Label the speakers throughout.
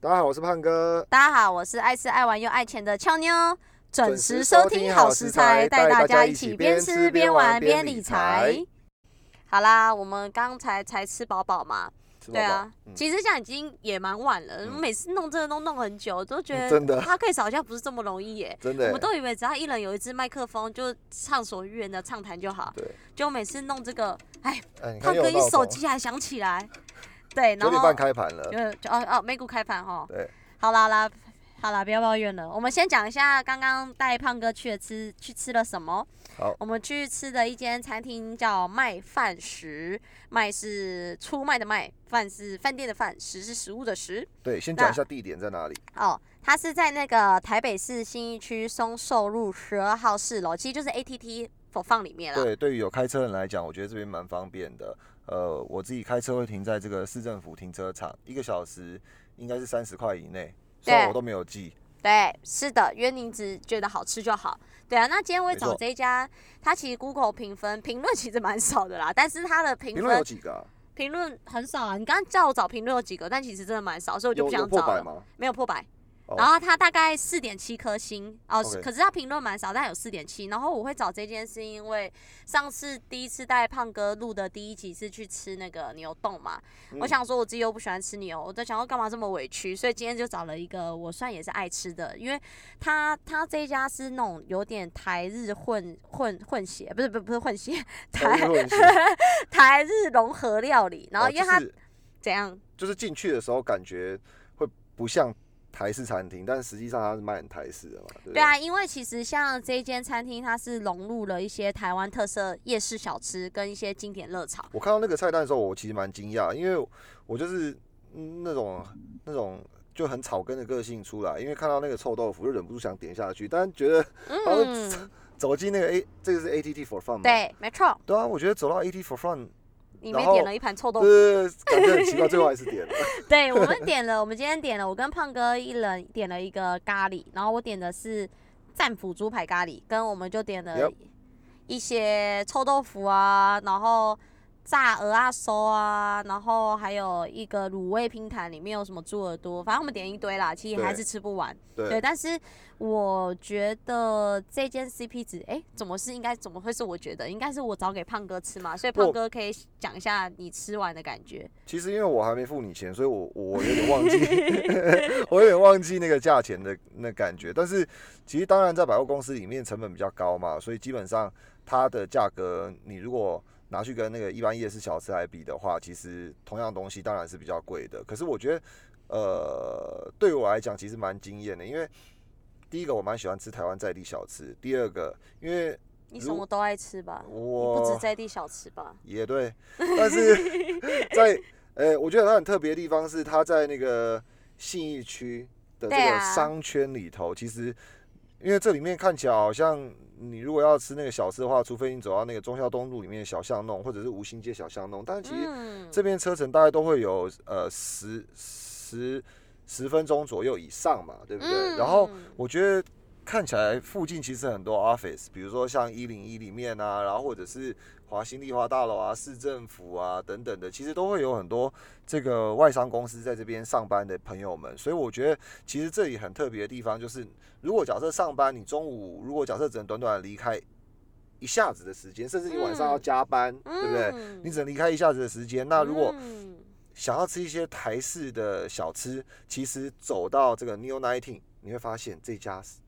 Speaker 1: 大家好，我是胖哥。
Speaker 2: 大家好，我是爱吃爱玩又爱钱的俏妞，准
Speaker 1: 时
Speaker 2: 时
Speaker 1: 收
Speaker 2: 收
Speaker 1: 听
Speaker 2: 听
Speaker 1: 好
Speaker 2: 好
Speaker 1: 食
Speaker 2: 食
Speaker 1: 材
Speaker 2: 材，带
Speaker 1: 带大
Speaker 2: 大
Speaker 1: 家
Speaker 2: 家
Speaker 1: 一
Speaker 2: 一
Speaker 1: 起
Speaker 2: 起
Speaker 1: 边
Speaker 2: 边
Speaker 1: 吃
Speaker 2: 吃
Speaker 1: 边
Speaker 2: 边
Speaker 1: 玩
Speaker 2: 玩
Speaker 1: 边
Speaker 2: 边
Speaker 1: 理
Speaker 2: 理
Speaker 1: 财
Speaker 2: 财。好啦，我们刚才才吃饱饱嘛，
Speaker 1: 吃
Speaker 2: 对
Speaker 1: 饱
Speaker 2: 啊
Speaker 1: 饱，嗯
Speaker 2: 其实这样已经也蛮晚了。
Speaker 1: 嗯
Speaker 2: 每次弄这个都弄很久，都觉
Speaker 1: 嗯
Speaker 2: 得
Speaker 1: 真的
Speaker 2: 他可以吵架不是这么容易耶。
Speaker 1: 真
Speaker 2: 我
Speaker 1: 的
Speaker 2: 们
Speaker 1: 欸，
Speaker 2: 都以为只要一人有一支麦克风，就畅所欲言的畅谈就好。
Speaker 1: 对，
Speaker 2: 就每次弄这个，哎，
Speaker 1: 哎，你看
Speaker 2: 胖
Speaker 1: 又
Speaker 2: 哥
Speaker 1: 有
Speaker 2: 一
Speaker 1: 闹
Speaker 2: 手
Speaker 1: 钟，
Speaker 2: 机还响起来。对，
Speaker 1: 九
Speaker 2: 然
Speaker 1: 点
Speaker 2: 后
Speaker 1: 半开盘了，
Speaker 2: 呃，就哦哦，美股开盘哈。
Speaker 1: 对，
Speaker 2: 好啦好啦好啦，不要抱怨了。我们先讲一下刚刚带胖哥去的吃去吃了什么。
Speaker 1: 好
Speaker 2: 我们去吃的一间餐厅叫麦饭食，麦是出卖的麦，饭是饭店的饭，食是食物的食。
Speaker 1: 对，先讲一
Speaker 2: 那
Speaker 1: 下地点在哪里。
Speaker 2: 哦，它是在那个台北市信义区松寿路十二号四楼，其实就是 ATT 火放里面了。
Speaker 1: 对，对于有开车人来讲，我觉得这边蛮方便的。呃，我自己开车会停在这个市政府停车场，一个小时应该是三十块以内，虽然
Speaker 2: 对
Speaker 1: 我都没有记。
Speaker 2: 对，是的，因为你只觉得好吃就好。对啊，那今天我也
Speaker 1: 没错
Speaker 2: 找这一家，它其实 Google 评分评论其实蛮少的啦，但是它的评
Speaker 1: 评论有
Speaker 2: 分
Speaker 1: 几个啊？
Speaker 2: 评论很少啊。你刚刚叫我找评论有几个，但其实真的蛮少，所以我就
Speaker 1: 有
Speaker 2: 不
Speaker 1: 有
Speaker 2: 想
Speaker 1: 破
Speaker 2: 找
Speaker 1: 百
Speaker 2: 了。
Speaker 1: 吗？
Speaker 2: 没有破百。
Speaker 1: 哦
Speaker 2: 然后它大概四点七颗星哦
Speaker 1: OK
Speaker 2: 可是它评论蛮少，但有四点七。然后我会找这件是因为上次第一次带胖哥录的第一集是去吃那个牛冻嘛，我
Speaker 1: 嗯
Speaker 2: 想说我自己又不喜欢吃牛，我在想说干嘛这么委屈，所以今天就找了一个我算也是爱吃的，因为他他这一家是那种有点台日混混混血，不是不是不是混血，
Speaker 1: 台
Speaker 2: 台
Speaker 1: 论是
Speaker 2: 台日融合料理。然后
Speaker 1: 哦
Speaker 2: 因为
Speaker 1: 就
Speaker 2: 它
Speaker 1: 是
Speaker 2: 怎样？
Speaker 1: 就是进去的时候感觉会不像台式餐厅，但实际上它是卖很台式的嘛。对不
Speaker 2: 对啊，因为其实像这一间餐厅，它是融入了一些台湾特色夜市小吃跟一些经典热炒。
Speaker 1: 我看到那个菜单的时候，我其实蛮惊讶，因为我就是嗯那种那种就很草根的个性出来，因为看到那个臭豆腐就忍不住想点下去，但觉得好像
Speaker 2: 嗯，
Speaker 1: 走进那个 A 这个是 ATT for fun 嘛，
Speaker 2: 对，没错，
Speaker 1: 对啊，我觉得走到 ATT for fun，
Speaker 2: 里
Speaker 1: 然
Speaker 2: 面
Speaker 1: 后
Speaker 2: 点了一盘臭豆腐。
Speaker 1: 对，感觉很奇怪，最后还是点了，
Speaker 2: 对，我们点了，我们今天点了，我跟胖哥一人点了一个咖喱，然后我点的是战斧猪排咖喱，跟我们就点了
Speaker 1: Yep
Speaker 2: 一些臭豆腐啊，然后炸鹅啊烧啊，然后还有一个卤味拼盘，里面有什么猪耳朵，反正我们点一堆啦，其实
Speaker 1: 对
Speaker 2: 还是吃不完。对，
Speaker 1: 对，
Speaker 2: 但是我觉得这间 CP 值，哎，怎么是应该怎么会是我觉得应该是我找给胖哥吃嘛，所以
Speaker 1: 我
Speaker 2: 胖哥可以讲一下你吃完的感觉。
Speaker 1: 其实因为我还没付你钱，所以我我有点忘 记， 我有点忘记那个价钱的那感觉。但是其实当然在百货公司里面成本比较高嘛，所以基本上它的价格你如果拿去跟那个一般夜市小吃来比的话，其实同样东西当然是比较贵的。可是我觉得，呃，对我来讲其实蛮惊艳的，因为第一个我蛮喜欢吃台湾在地小吃，第二个因为
Speaker 2: 你
Speaker 1: 如
Speaker 2: 什么都爱吃吧？
Speaker 1: 我
Speaker 2: 你不止在地小吃吧？
Speaker 1: 也对，但 是在呃、我觉得它很特别的地方是，它在那个信义区的这
Speaker 2: 对
Speaker 1: 个
Speaker 2: 啊
Speaker 1: 商圈里头，其实因为这里面看起来好像你如果要吃那个小吃的话，除非你走到那个忠孝东路里面的小巷弄，或者是吴兴街小巷弄，但其实
Speaker 2: 嗯，
Speaker 1: 这边车程大概都会有呃十十十分钟左右以上嘛，对不对？然后
Speaker 2: 嗯
Speaker 1: 我觉得看起来附近其实很多 office，比如说像一零一里面啊，然后或者是华新丽华大楼啊、市政府啊等等的，其实都会有很多这个外商公司在这边上班的朋友们。所以我觉得其实这里很特别的地方就是，如果假设上班，你中午如果假设只能短短地离开一下子的时间，甚至你晚上要加班，对不对？
Speaker 2: 嗯
Speaker 1: 你只能离开一下子的时间。那如果
Speaker 2: 嗯
Speaker 1: 想要吃一些台式的小吃，其实走到这个 New Nineteen，你会发现这家是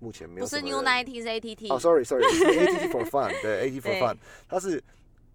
Speaker 1: 目前没有
Speaker 2: 不是
Speaker 1: 什么
Speaker 2: New
Speaker 1: 人
Speaker 2: Nineteen 是
Speaker 1: 哦
Speaker 2: ATT，
Speaker 1: ，sorry sorry，是 ATT for fun，对 ATT for
Speaker 2: 对
Speaker 1: fun，它是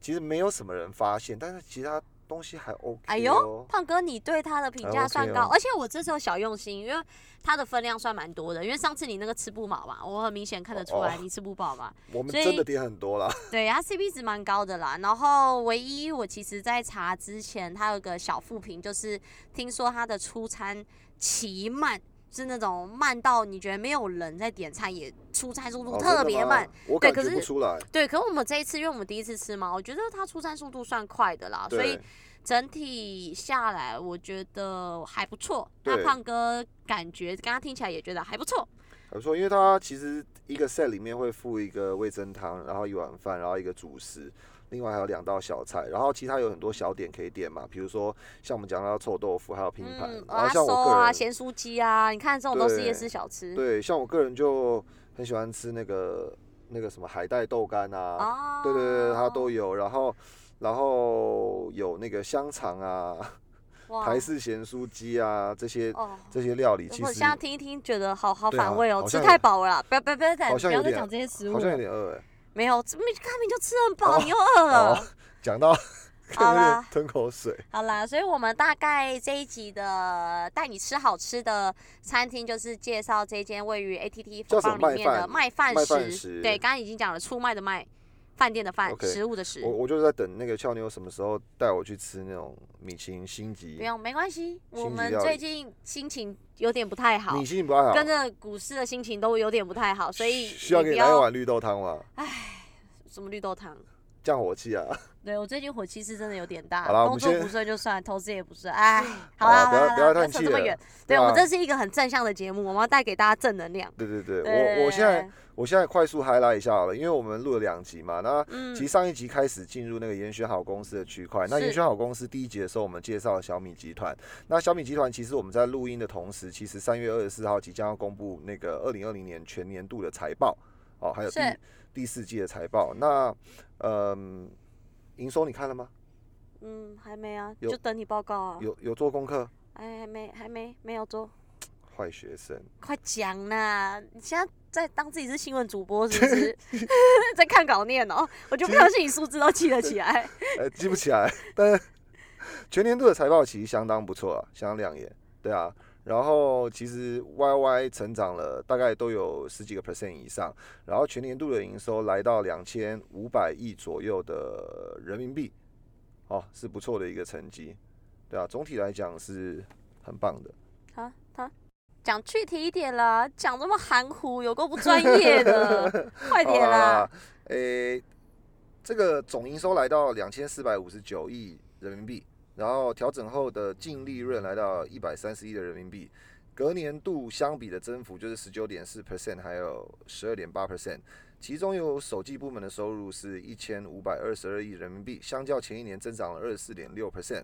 Speaker 1: 其实没有什么人发现，但是其他东西还 OK 哦。
Speaker 2: 哎呦，胖哥，你对它的评
Speaker 1: 哎，OK
Speaker 2: 价算高，
Speaker 1: 哦
Speaker 2: 而且我这次有小用心，因为它的分量算蛮多的，因为上次你那个吃不饱嘛，我很明显看得出
Speaker 1: 哦
Speaker 2: 来
Speaker 1: 哦
Speaker 2: 你吃不饱嘛，
Speaker 1: 我们
Speaker 2: 所以
Speaker 1: 真的点很多啦，
Speaker 2: 对，它 CP 值蛮高的啦。然后唯一我其实在查之前，它有个小副评，就是听说它的出餐奇慢，是那种慢到你觉得没有人在点餐，也出餐速度
Speaker 1: 哦
Speaker 2: 特别，慢
Speaker 1: 真。的吗我
Speaker 2: 对
Speaker 1: 感觉
Speaker 2: 可是
Speaker 1: 不出来。
Speaker 2: 对，可我们这一次，因为我们第一次吃嘛，我觉得它出餐速度算快的啦，所以
Speaker 1: 对，
Speaker 2: 整体下来我觉得还不错。
Speaker 1: 对
Speaker 2: 那胖哥感觉刚刚听起来也觉得还不错，
Speaker 1: 还不错，因为它其实一个 set 里面会附一个味噌汤，然后一碗饭，然后一个主食，另外还有两道小菜，然后其他有很多小点可以点嘛，比如说像我们讲到臭豆腐，还有拼盘，
Speaker 2: 嗯，
Speaker 1: 然后
Speaker 2: 阿
Speaker 1: 像
Speaker 2: 收
Speaker 1: 我个
Speaker 2: 啊，
Speaker 1: 人
Speaker 2: 咸酥鸡啊，你看这种都是
Speaker 1: 对
Speaker 2: 夜市小吃。
Speaker 1: 对，像我个人就很喜欢吃那个那个什么海带豆干啊，
Speaker 2: 哦，
Speaker 1: 对对对，它都有。然后然后有那个香肠啊、
Speaker 2: 哇
Speaker 1: 台式咸酥鸡啊这些、
Speaker 2: 哦。
Speaker 1: 这些料理，其
Speaker 2: 我
Speaker 1: 实
Speaker 2: 现在听一听，觉得好好
Speaker 1: 对啊
Speaker 2: 反胃哦，
Speaker 1: 好
Speaker 2: 吃
Speaker 1: 像
Speaker 2: 太
Speaker 1: 有
Speaker 2: 饱了啦，不要不要不要再
Speaker 1: 好
Speaker 2: 不
Speaker 1: 像
Speaker 2: 要
Speaker 1: 有
Speaker 2: 再
Speaker 1: 点
Speaker 2: 讲这些食物
Speaker 1: 好像有
Speaker 2: 了。
Speaker 1: 点饿哎、
Speaker 2: 没有，这明看你就吃很饱，
Speaker 1: 哦
Speaker 2: 你又饿了。
Speaker 1: 哦，讲到
Speaker 2: 好
Speaker 1: 有点
Speaker 2: 啦
Speaker 1: 吞口水。
Speaker 2: 好啦，所以我们大概这一集的带你吃好吃的餐厅，就是介绍这间位于 ATT
Speaker 1: 叫
Speaker 2: 福
Speaker 1: 什么
Speaker 2: 邦里面的麦饭
Speaker 1: 麦饭石
Speaker 2: 对，刚刚已经讲了出卖的卖，饭店的饭
Speaker 1: OK
Speaker 2: 食物的食
Speaker 1: 我。我就是在等那个俏妞什么时候带我去吃那种米其林星级
Speaker 2: 不，用，没关系。我
Speaker 1: 星级
Speaker 2: 们
Speaker 1: 料理
Speaker 2: 最近心情有点不太好
Speaker 1: 你，心情不太好，
Speaker 2: 跟着股市的心情都有点不太好，所以
Speaker 1: 需要
Speaker 2: 你
Speaker 1: 给
Speaker 2: 不
Speaker 1: 你来一
Speaker 2: 要
Speaker 1: 碗绿豆汤吗？
Speaker 2: 什么绿豆汤。
Speaker 1: 降火气啊！
Speaker 2: 对我最近火气是真的有点大
Speaker 1: 好啦，我
Speaker 2: 工
Speaker 1: 们
Speaker 2: 作
Speaker 1: 先嗯
Speaker 2: 不顺就算，投资也不顺，哎，好
Speaker 1: 好啦
Speaker 2: 啦
Speaker 1: 不要
Speaker 2: 啦
Speaker 1: 不要
Speaker 2: 啦
Speaker 1: 叹
Speaker 2: 扯
Speaker 1: 气
Speaker 2: 这么
Speaker 1: 了
Speaker 2: 远。对
Speaker 1: 对
Speaker 2: 我
Speaker 1: 啊
Speaker 2: 们这是一个很正向的节目，我们要带给大家正能量。
Speaker 1: 对对对，
Speaker 2: 对
Speaker 1: 我我现在我现在快速 high 拉一下好了，因为我们录了两集嘛，那
Speaker 2: 嗯
Speaker 1: 其实上一集开始进入那个严选好公司的区块。那
Speaker 2: 是
Speaker 1: 严选好公司第一集的时候，我们介绍了小米集团。那小米集团其实我们在录音的同时，其实三月二十四号即将要公布那个二零二零年全年度的财报哦，还有第
Speaker 2: 是
Speaker 1: 第四季的财报。那嗯，营收你看了吗？
Speaker 2: 嗯，还没啊，
Speaker 1: 有
Speaker 2: 就等你报告啊。
Speaker 1: 有有做功课？
Speaker 2: 哎，还没，还没，没有做。
Speaker 1: 坏学生，
Speaker 2: 快讲啦！你现在在当自己是新闻主播是不是？ 在看稿念哦、我就不相信你数字都记得起 来。
Speaker 1: 呃，记不起来，但是全年度的财报其实相当不错啊，相当亮眼，对啊。然后其实 YY 成长了大概都有十几个 percent 以上，然后全年度的营收来到两千五百亿左右的人民币，哦，是不错的一个成绩，对啊，总体来讲是很棒的。
Speaker 2: 啊啊！讲具体一点啦，讲这么含糊，有够不专 业的，快
Speaker 1: 好
Speaker 2: 点啦！！
Speaker 1: 诶、这个总营收来到两千四百五十九亿人民币，然后调整后的净利润来到一百三十亿的人民币，隔年度相比的增幅就是十九点四 percent，还有十二点八 percent。其中有手机部门的收入是一千五百二十二亿人民币，相较前一年增长了二十四点六 percent。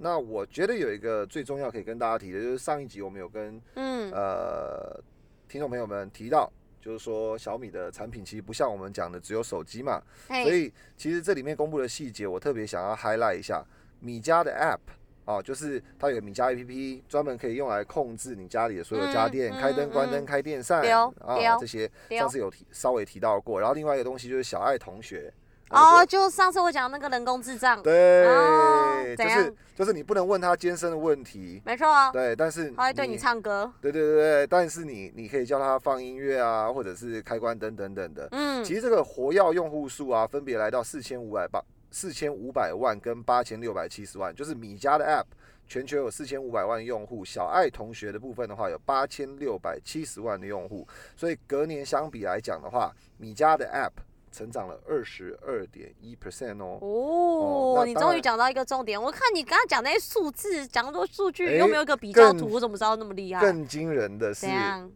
Speaker 1: 那我觉得有一个最重要可以跟大家提的，就是上一集我们有跟
Speaker 2: 嗯，
Speaker 1: 呃，听众朋友们提到，就是说小米的产品其实不像我们讲的只有手机嘛，
Speaker 2: 嘿
Speaker 1: 所以其实这里面公布的细节，我特别想要 highlight 一下米家的 app。哦，就是它有个米家 A P P，专门可以用来控制你家里的所有家电，
Speaker 2: 嗯
Speaker 1: 开灯、
Speaker 2: 嗯
Speaker 1: 关灯、开电扇
Speaker 2: 对
Speaker 1: 啊
Speaker 2: 哦对哦
Speaker 1: 这些，
Speaker 2: 对哦
Speaker 1: 上次有提稍微提到过。然后另外一个东西就是小爱同学，
Speaker 2: 哦，，就上次我讲那个人工智障，
Speaker 1: 对，
Speaker 2: 哦
Speaker 1: 就
Speaker 2: 怎
Speaker 1: 是
Speaker 2: 样
Speaker 1: 就是你不能问他艰深的问题，
Speaker 2: 没错啊，
Speaker 1: 对，但是
Speaker 2: 他会对你唱歌，
Speaker 1: 对对对对，但是你你可以叫它放音乐啊，或者是开关灯等等的。
Speaker 2: 嗯，
Speaker 1: 其实这个活跃用户数啊，分别来到四千五百八、四千五百万跟八千六百七十万，就是米家的 App 全球有四千五百万用户，小爱同学的部分的话有八千六百七十万的用户，所以隔年相比来讲的话，米家的 App 成长了二十二点一 percent 哦。哦
Speaker 2: 哦，
Speaker 1: 那
Speaker 2: 你
Speaker 1: 当
Speaker 2: 终于
Speaker 1: 然
Speaker 2: 讲到一个重点。我看你刚刚讲那些数字，讲那么多数据，
Speaker 1: 哎
Speaker 2: 又没有一个比较
Speaker 1: 更
Speaker 2: 图，我怎么知道那么厉害？
Speaker 1: 更惊人的是
Speaker 2: 怎，样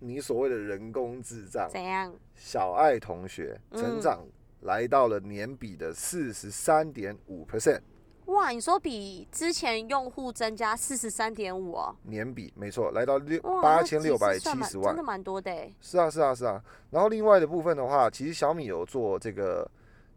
Speaker 1: 你所谓的人工智障啊
Speaker 2: 怎样？
Speaker 1: 小爱同学
Speaker 2: 嗯
Speaker 1: 成长来到了年比的四十三点五 percent，
Speaker 2: 哇，你说比之前用户增加四十三点五哦，
Speaker 1: 年比没错，来到六
Speaker 2: 哇，
Speaker 1: 八
Speaker 2: 那
Speaker 1: 千
Speaker 2: 其
Speaker 1: 六百
Speaker 2: 实算
Speaker 1: 七
Speaker 2: 蛮
Speaker 1: 十
Speaker 2: 真
Speaker 1: 万
Speaker 2: 的。蛮多的欸。
Speaker 1: 是啊，是啊，是啊。然后另外的部分的话，其实小米有做这个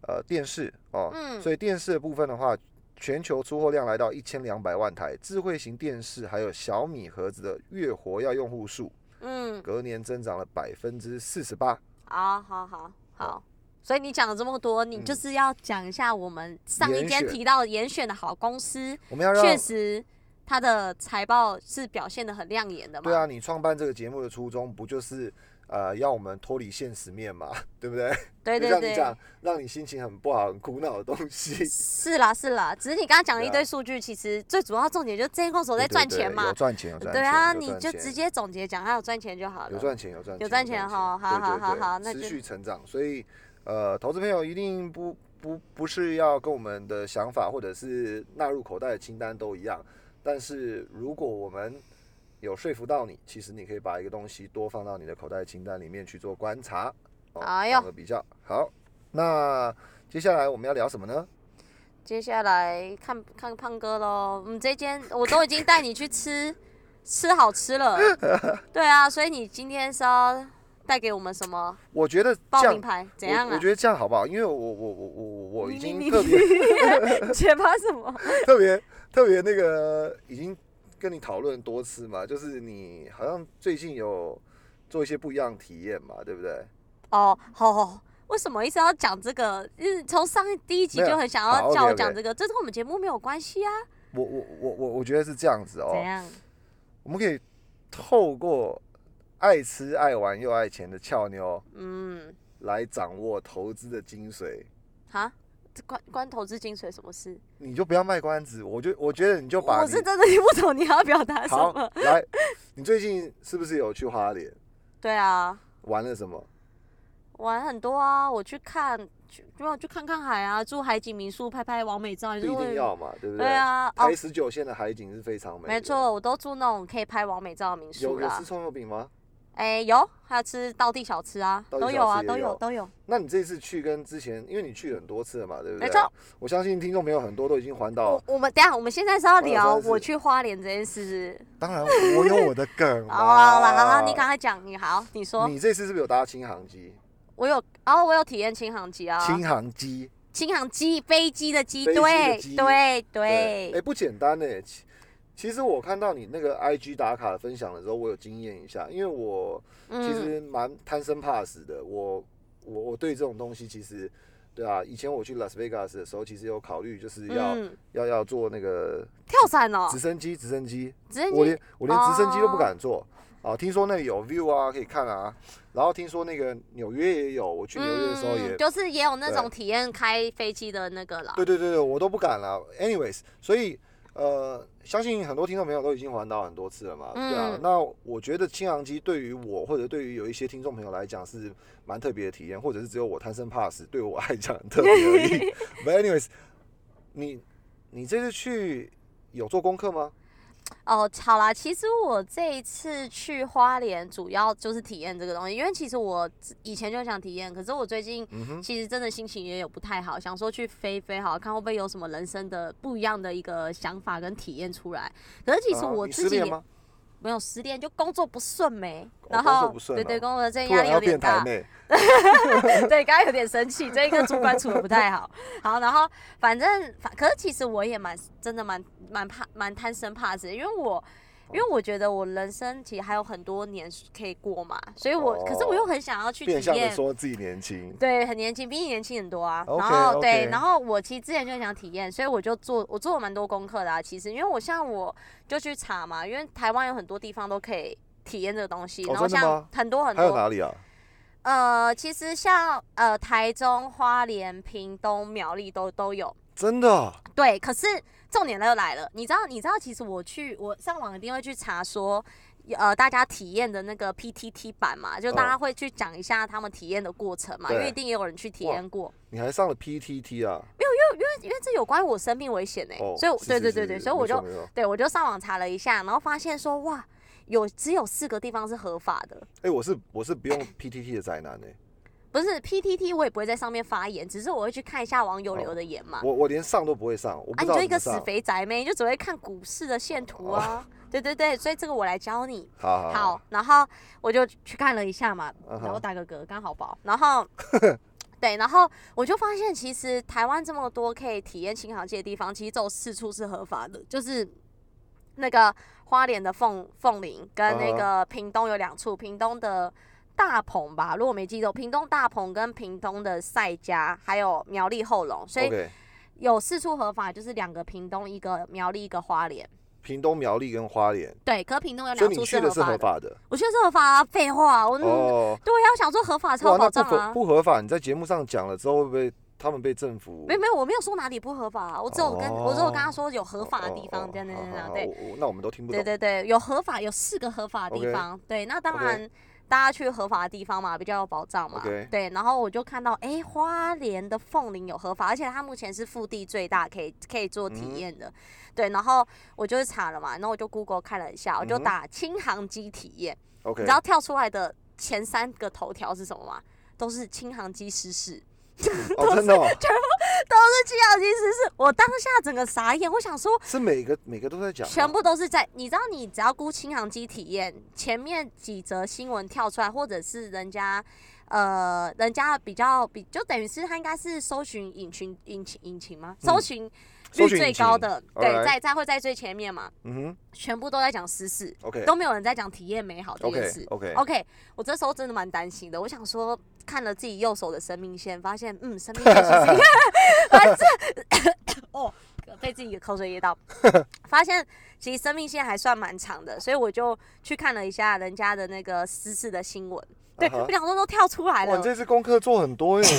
Speaker 1: 呃电视哦，
Speaker 2: 嗯
Speaker 1: 所以电视的部分的话，全球出货量来到一千两百万台，智慧型电视还有小米盒子的月活跃用户数，
Speaker 2: 嗯，
Speaker 1: 隔年增长了百分之四十八。
Speaker 2: 好好好好。所以你讲了这么多，你就是要讲一下我们上一
Speaker 1: 嗯严
Speaker 2: 间
Speaker 1: 选
Speaker 2: 提到严选的好公司，
Speaker 1: 我们要让
Speaker 2: 确实它的财报是表现的很亮眼的嘛。
Speaker 1: 对啊，你创办这个节目的初衷不就是呃要我们脱离现实面嘛，对不对？
Speaker 2: 对
Speaker 1: 就
Speaker 2: 对
Speaker 1: 像
Speaker 2: 对
Speaker 1: 你。讲，让你心情很不好、很苦恼的东西。
Speaker 2: 是啦是啦，只是你刚刚讲了
Speaker 1: 对
Speaker 2: 一
Speaker 1: 啊
Speaker 2: 堆数据，其实最主要重点就是这间公司有在
Speaker 1: 对对
Speaker 2: 赚
Speaker 1: 对
Speaker 2: 钱嘛
Speaker 1: 有。赚钱，有赚钱。
Speaker 2: 啊，
Speaker 1: 有
Speaker 2: 你
Speaker 1: 赚
Speaker 2: 就
Speaker 1: 钱
Speaker 2: 直接总结讲它有赚钱就好
Speaker 1: 有
Speaker 2: 了。
Speaker 1: 赚钱，有赚
Speaker 2: 有
Speaker 1: 有赚
Speaker 2: 赚钱哈好
Speaker 1: 对
Speaker 2: 好
Speaker 1: 对
Speaker 2: 好
Speaker 1: 对
Speaker 2: 好那
Speaker 1: 持
Speaker 2: 就
Speaker 1: 续成长。所以呃，投资朋友一定不不不是要跟我们的想法或者是纳入口袋的清单都一样，但是如果我们有说服到你，其实你可以把一个东西多放到你的口袋清单里面去做观察，哦
Speaker 2: 哎呦
Speaker 1: 两个比较好。那接下来我们要聊什么呢？
Speaker 2: 接下来看看胖哥喽，我们这间我都已经带你去吃吃好吃 了，对啊，所以你今天是要带给我们什么？
Speaker 1: 我觉得
Speaker 2: 报
Speaker 1: 这
Speaker 2: 名
Speaker 1: 样，
Speaker 2: 牌怎样
Speaker 1: 我
Speaker 2: 啊
Speaker 1: 我？觉得这样好不好？因为我我我我我我已
Speaker 2: 你
Speaker 1: 经
Speaker 2: 你
Speaker 1: 特别
Speaker 2: 结巴什么？
Speaker 1: 特别特别那个已经跟你讨论多次嘛，就是你好像最近有做一些不一样的体验嘛，对不对？
Speaker 2: 哦，好好。为什么一直要讲这个？嗯，从上一第一集
Speaker 1: 没有
Speaker 2: 就很想
Speaker 1: 好
Speaker 2: 要叫我
Speaker 1: ，OK，OK
Speaker 2: 讲这个，这跟我们节目没有关系啊。
Speaker 1: 我我我我我觉得是这样子哦。
Speaker 2: 怎样？
Speaker 1: 我们可以透过爱吃、爱玩又爱钱的俏妞
Speaker 2: 嗯，
Speaker 1: 来掌握投资的精髓。
Speaker 2: 哈，这关关投资精髓什么事？
Speaker 1: 你就不要卖关子，我就我觉得你就把
Speaker 2: 我
Speaker 1: 你
Speaker 2: 是真的听不懂你要表达什
Speaker 1: 好
Speaker 2: 么。
Speaker 1: 来，你最近是不是有去花莲
Speaker 2: 对啊，
Speaker 1: 玩了什么？
Speaker 2: 玩很多啊，我去看，去因为我去看看海啊，住海景民宿，拍拍完美照，
Speaker 1: 不
Speaker 2: 也
Speaker 1: 一
Speaker 2: 是
Speaker 1: 定
Speaker 2: 会。
Speaker 1: 要嘛，对不对？
Speaker 2: 对啊，哦
Speaker 1: 台，十九线的海景是非常美的，
Speaker 2: 没错，我都住那种可以拍完美照的民
Speaker 1: 有
Speaker 2: 宿
Speaker 1: 有
Speaker 2: 啦
Speaker 1: 吃。葱油饼吗？
Speaker 2: 哎，有，还有吃道地小吃啊，
Speaker 1: 道地
Speaker 2: 都
Speaker 1: 小
Speaker 2: 有啊，
Speaker 1: 吃也
Speaker 2: 都
Speaker 1: 有
Speaker 2: 有，都有。
Speaker 1: 那你这次去跟之前，因为你去很多次了嘛，对不对？
Speaker 2: 没错。哦
Speaker 1: 我相信听众朋友很多都已经环岛
Speaker 2: 我，我们等一下，我们现在是要聊
Speaker 1: 哦我有时候是
Speaker 2: 我去花莲这件事。
Speaker 1: 当然我有我的梗
Speaker 2: 好了好啊
Speaker 1: 啦
Speaker 2: 了，好好，你赶快讲，你好，你说，
Speaker 1: 你这次是不是有搭轻航机？
Speaker 2: 我有，哦，我有体验轻航机啊，
Speaker 1: 轻航机，
Speaker 2: 轻航机，飞机的机，
Speaker 1: 飞机的
Speaker 2: 对
Speaker 1: 机
Speaker 2: 对
Speaker 1: 哎、
Speaker 2: 对，
Speaker 1: 不简单哎、其其实我看到你那个 IG 打卡分享的时候，我有惊艳一下，因为我其
Speaker 2: 嗯，
Speaker 1: 实蛮贪生怕死的。我我我对这种东西其实，对啊，以前我去 Las Vegas 的时候，其实有考虑就是要、
Speaker 2: 嗯，
Speaker 1: 要要坐那个
Speaker 2: 跳伞哦
Speaker 1: 直，升机，直升机，
Speaker 2: 直升
Speaker 1: 我
Speaker 2: 机
Speaker 1: 连我连直升机都不
Speaker 2: 哦
Speaker 1: 敢坐啊！听说那里有 view 啊，可以看啊。然后听说那个纽约也有，我去纽约的时候也
Speaker 2: 嗯，就是也有那
Speaker 1: 对
Speaker 2: 种体验开飞机的那个啦，
Speaker 1: 对对对对，我都不敢了。Anyways，所以呃，相信很多听众朋友都已经环岛很多次了嘛，对啊
Speaker 2: 嗯。
Speaker 1: 那我觉得轻航机对于我或者对于有一些听众朋友来讲是蛮特别的体验，或者是只有我贪生怕死，对我来讲很特别而 已。But anyways，你你这次去有做功课吗？
Speaker 2: 哦，好啦，其实我这一次去花莲主要就是体验这个东西，因为其实我以前就想体验，可是我最近
Speaker 1: 嗯哼，
Speaker 2: 其实真的心情也有不太好，想说去飞飞好，看会不会有什么人生的不一样的一个想法跟体验出来。可是其实
Speaker 1: 啊
Speaker 2: 我
Speaker 1: 你
Speaker 2: 自
Speaker 1: 失
Speaker 2: 己
Speaker 1: 恋
Speaker 2: 也
Speaker 1: 吗？
Speaker 2: 没有失恋，就工作不顺没，
Speaker 1: 哦
Speaker 2: 然
Speaker 1: 工作
Speaker 2: 后
Speaker 1: 不顺
Speaker 2: 对对，
Speaker 1: 哦
Speaker 2: 工作这
Speaker 1: 突
Speaker 2: 压
Speaker 1: 然
Speaker 2: 力
Speaker 1: 要
Speaker 2: 有
Speaker 1: 变
Speaker 2: 点
Speaker 1: 台
Speaker 2: 大，
Speaker 1: 妹，
Speaker 2: 对，刚刚有点生气，这一跟主管处的不太好。好，然后反正反，可是其实我也蛮真的蛮蛮怕蛮贪生怕死的，因为我。因为我觉得我人生其实还有很多年可以过嘛，所以我、可是我又很想要去
Speaker 1: 哦
Speaker 2: 体
Speaker 1: 变相的
Speaker 2: 验，
Speaker 1: 说自己年轻。
Speaker 2: 对，很年轻，比你年轻很多啊。
Speaker 1: OK，
Speaker 2: 然后
Speaker 1: OK
Speaker 2: 对，然后我其实之前就很想体验，所以我就做我做了蛮多功课的啊。其实因为我像我就去查嘛，因为台湾有很多地方都可以体验这个东西，
Speaker 1: 哦
Speaker 2: 然后
Speaker 1: 真的
Speaker 2: 像
Speaker 1: 吗
Speaker 2: 很多很
Speaker 1: 还有
Speaker 2: 多
Speaker 1: 哪里啊？
Speaker 2: 呃，其实像呃台中、花莲、屏东、苗栗都都有。
Speaker 1: 真的啊
Speaker 2: 对，可是重点又来了，你知道，你知道，其实我去我上网一定会去查说，呃，大家体验的那个 PTT 版嘛，就大
Speaker 1: 哦
Speaker 2: 家会去讲一下他们体验的过程嘛，因
Speaker 1: 对
Speaker 2: 为一定也有人去体
Speaker 1: 哇
Speaker 2: 验过，
Speaker 1: 你还上了 PTT 啊？
Speaker 2: 因为因为这有关于我生命危险呢、
Speaker 1: 哦，
Speaker 2: 所以我
Speaker 1: 是
Speaker 2: 对
Speaker 1: 是
Speaker 2: 对
Speaker 1: 是
Speaker 2: 对对，所以我
Speaker 1: 没错
Speaker 2: 就
Speaker 1: 没错
Speaker 2: 对我就上网查了一下，然后发现说哇，有只有四个地方是合法的，
Speaker 1: 哎、我是我是不用 PTT 的宅男哎、
Speaker 2: 不是 PTT 我也不会在上面发言，只是我会去看一下网
Speaker 1: 嗯
Speaker 2: 友留的言嘛。
Speaker 1: 我我连上都不会上，我不
Speaker 2: 啊，
Speaker 1: 知道怎
Speaker 2: 你就一
Speaker 1: 么
Speaker 2: 个死
Speaker 1: 上。哦
Speaker 2: 肥宅妹，你就只会看股市的线图啊。对对对，所以这个我来教你。
Speaker 1: 好好
Speaker 2: 好，，然后我就去看了一下嘛，
Speaker 1: 哦嗯哼
Speaker 2: 然后打个嗝，刚好饱。然 后，对，然后我就发现，其实台湾这么多可以体验新航界的地方，其实只有四处是合法的，就是那个花莲的凤凤林跟那
Speaker 1: 嗯哼
Speaker 2: 个屏东有两处，屏东的。大鹏吧，如果我没记错，屏东大鹏跟屏东的赛家，还有苗栗后龙，所以
Speaker 1: OK，
Speaker 2: 有四处合法，就是两个屏东，一个苗栗，一个花莲。
Speaker 1: 屏东苗栗跟花莲，
Speaker 2: 对，可屏东有
Speaker 1: 所
Speaker 2: 两
Speaker 1: 以你
Speaker 2: 处
Speaker 1: 去
Speaker 2: 合
Speaker 1: 是合
Speaker 2: 法的。
Speaker 1: 法的
Speaker 2: 我觉得是合法啊，废话，我、
Speaker 1: 哦。
Speaker 2: 对呀、我想说合法才
Speaker 1: 哇，
Speaker 2: 有保
Speaker 1: 那
Speaker 2: 障
Speaker 1: 不合
Speaker 2: 啊。
Speaker 1: 不合法，你在节目上讲了之后，会不会他们被政府？
Speaker 2: 没有没有，我没有说哪里不合法、啊，我只有跟、我只有跟他说有合
Speaker 1: 有
Speaker 2: 法的地
Speaker 1: 哦
Speaker 2: 方，这样这样这样，对
Speaker 1: 那我们都听不懂。
Speaker 2: 对对对，有合法有四个合法的地
Speaker 1: OK
Speaker 2: 方对，那当
Speaker 1: OK
Speaker 2: 然大家去合法的地方嘛，比较有保障嘛
Speaker 1: OK
Speaker 2: 对，然后我就看到哎、诶花莲的凤林有合法，而且它目前是腹地最大，可以可以做体
Speaker 1: 嗯
Speaker 2: 验的、对，然后我就是查了嘛，然后我就 Google 看了一下，我
Speaker 1: 嗯
Speaker 2: 就
Speaker 1: 哼
Speaker 2: 打轻航机体验、
Speaker 1: OK，
Speaker 2: 你知道跳出来的前三个头条是什么吗？都是轻航机失事。
Speaker 1: 哦，真的、 哦、
Speaker 2: 都是鸡脚鸡翅是我当下整个傻眼，我想说
Speaker 1: 是每个每个都在讲吗，啊
Speaker 2: 全部都是在，你知道，你只要估新航机体验，前面几则新闻跳出来，或者是人家，呃，人家比较比，就等于是他应该是搜寻引擎引擎引擎吗？搜寻率
Speaker 1: 嗯搜寻引
Speaker 2: 最
Speaker 1: 擎
Speaker 2: 高的，
Speaker 1: alright
Speaker 2: 对，在在会在最前面嘛，
Speaker 1: 嗯哼
Speaker 2: 全部都在讲私事，
Speaker 1: ，OK
Speaker 2: 都没有人在讲体验美好这件
Speaker 1: OK
Speaker 2: 事。
Speaker 1: OK，
Speaker 2: OK，我这时候真的蛮担心的，我想说看了自己右手的生命线，发现嗯，生命线其实反正 哦，被自己的口水噎 到，发现其实生命线还算蛮长的，所以我就去看了一下人家的那个私事的新闻。对
Speaker 1: 啊哈
Speaker 2: 我想说都跳出来
Speaker 1: 哇，
Speaker 2: 了
Speaker 1: 你，这次功课做很 多耶，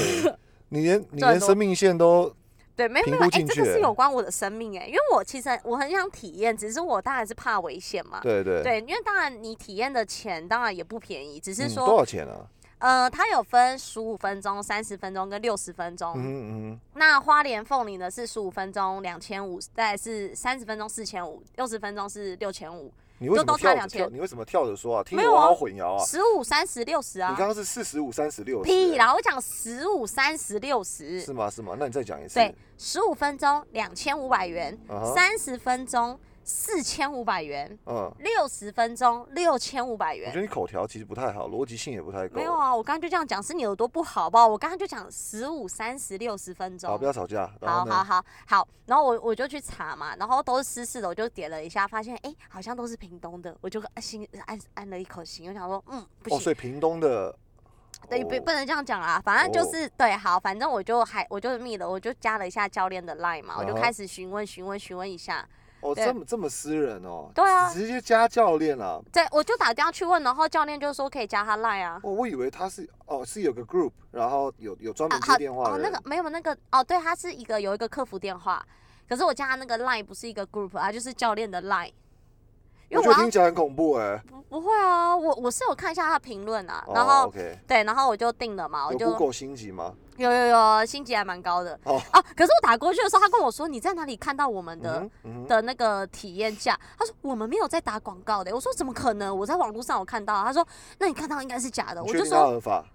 Speaker 1: 你连你连
Speaker 2: 很多
Speaker 1: 生命线都
Speaker 2: 对，没有
Speaker 1: 评
Speaker 2: 没有，
Speaker 1: 估
Speaker 2: 哎、
Speaker 1: 进
Speaker 2: 这个
Speaker 1: 去
Speaker 2: 是有关我的生命哎、因为我其实我很想体验，只是我当然是怕危险嘛。
Speaker 1: 对对，
Speaker 2: 啊对，因为当然你体验的钱当然也不便宜，只是
Speaker 1: 嗯
Speaker 2: 说、
Speaker 1: 多少钱啊？
Speaker 2: 呃，它有分十五分钟、三十分钟跟六十分钟。
Speaker 1: 嗯哼嗯
Speaker 2: 那花莲凤梨的是十五分钟两千五，再来是三十分钟四千五，六十分钟是六千五，
Speaker 1: 哼，你为
Speaker 2: 就
Speaker 1: 什么
Speaker 2: 都差
Speaker 1: 跳
Speaker 2: 两
Speaker 1: 着跳？
Speaker 2: 千
Speaker 1: 你为什么跳着说啊？听
Speaker 2: 没
Speaker 1: 着
Speaker 2: 有
Speaker 1: 我
Speaker 2: 啊
Speaker 1: 好混淆啊！
Speaker 2: 十五、三十、六十
Speaker 1: 你刚
Speaker 2: 啊。
Speaker 1: 刚是四十五、三十六，
Speaker 2: 屁啦！我讲十五、三十、六十
Speaker 1: 是，吗？是吗？那你再讲一次。
Speaker 2: 对，十五分钟两千五百元
Speaker 1: 啊哈，
Speaker 2: 三十分钟四千五百元，
Speaker 1: 嗯，我
Speaker 2: 六十分钟六千五百
Speaker 1: 觉
Speaker 2: 元。
Speaker 1: 得你口条其实不太好，逻辑性也不太够。
Speaker 2: 没有啊，我刚刚就这样讲，是你耳朵不好吧？我刚刚就讲十五、三十、六十分钟。
Speaker 1: 好，不要吵架。然
Speaker 2: 好
Speaker 1: 后
Speaker 2: 好
Speaker 1: 呢？
Speaker 2: 好好，然后我我就去查嘛，然后都是私事的，我就点了一下，发现哎、诶好像都是屏东的，我就啊心安安了一口心，我想说嗯不
Speaker 1: 哦，
Speaker 2: 行，
Speaker 1: 所以屏东的，
Speaker 2: 对不
Speaker 1: 哦
Speaker 2: 不能这样讲啦，反正
Speaker 1: 哦
Speaker 2: 就是、对好，反正我就还我就密了，我就加了一下教练的 line 嘛，我就
Speaker 1: 啊哈
Speaker 2: 开始询问询问询问一下，
Speaker 1: 哦，
Speaker 2: 对
Speaker 1: 这么这么私人哦，
Speaker 2: 对啊
Speaker 1: 直接加教练啊，
Speaker 2: 对我就打电话去问，然后教练就说可以加他 line 啊。
Speaker 1: 哦，我以为他是哦是有个 group，然后有有专
Speaker 2: 啊
Speaker 1: 门
Speaker 2: 好
Speaker 1: 接电话
Speaker 2: 哦，
Speaker 1: 的
Speaker 2: 那
Speaker 1: 人
Speaker 2: 个没有那个哦，对，他是一个有一个客服电话，可是我加他那个 line 不是一个 group 啊，就是教练的 line，因
Speaker 1: 我
Speaker 2: 为
Speaker 1: 觉得
Speaker 2: 我要
Speaker 1: 听起来很恐怖哎。
Speaker 2: 不不会啊，我我是有看一下他的评论啊，
Speaker 1: 哦
Speaker 2: 然后、
Speaker 1: OK，
Speaker 2: 对，然后我就定了嘛，我
Speaker 1: 有
Speaker 2: 就
Speaker 1: Google 星级吗？
Speaker 2: 有有有星级还蛮高的
Speaker 1: 哦
Speaker 2: 啊。可是我打过去的时候，他跟我说你在哪里看到我们
Speaker 1: 嗯
Speaker 2: 的、
Speaker 1: 哼嗯哼
Speaker 2: 的那个体验价？他说我们没有在打广告的、我说怎么可能？我在网络上有看到啊。他说那你看到应该是假的。
Speaker 1: 你
Speaker 2: 我
Speaker 1: 确
Speaker 2: 就
Speaker 1: 定他
Speaker 2: 说
Speaker 1: 合法？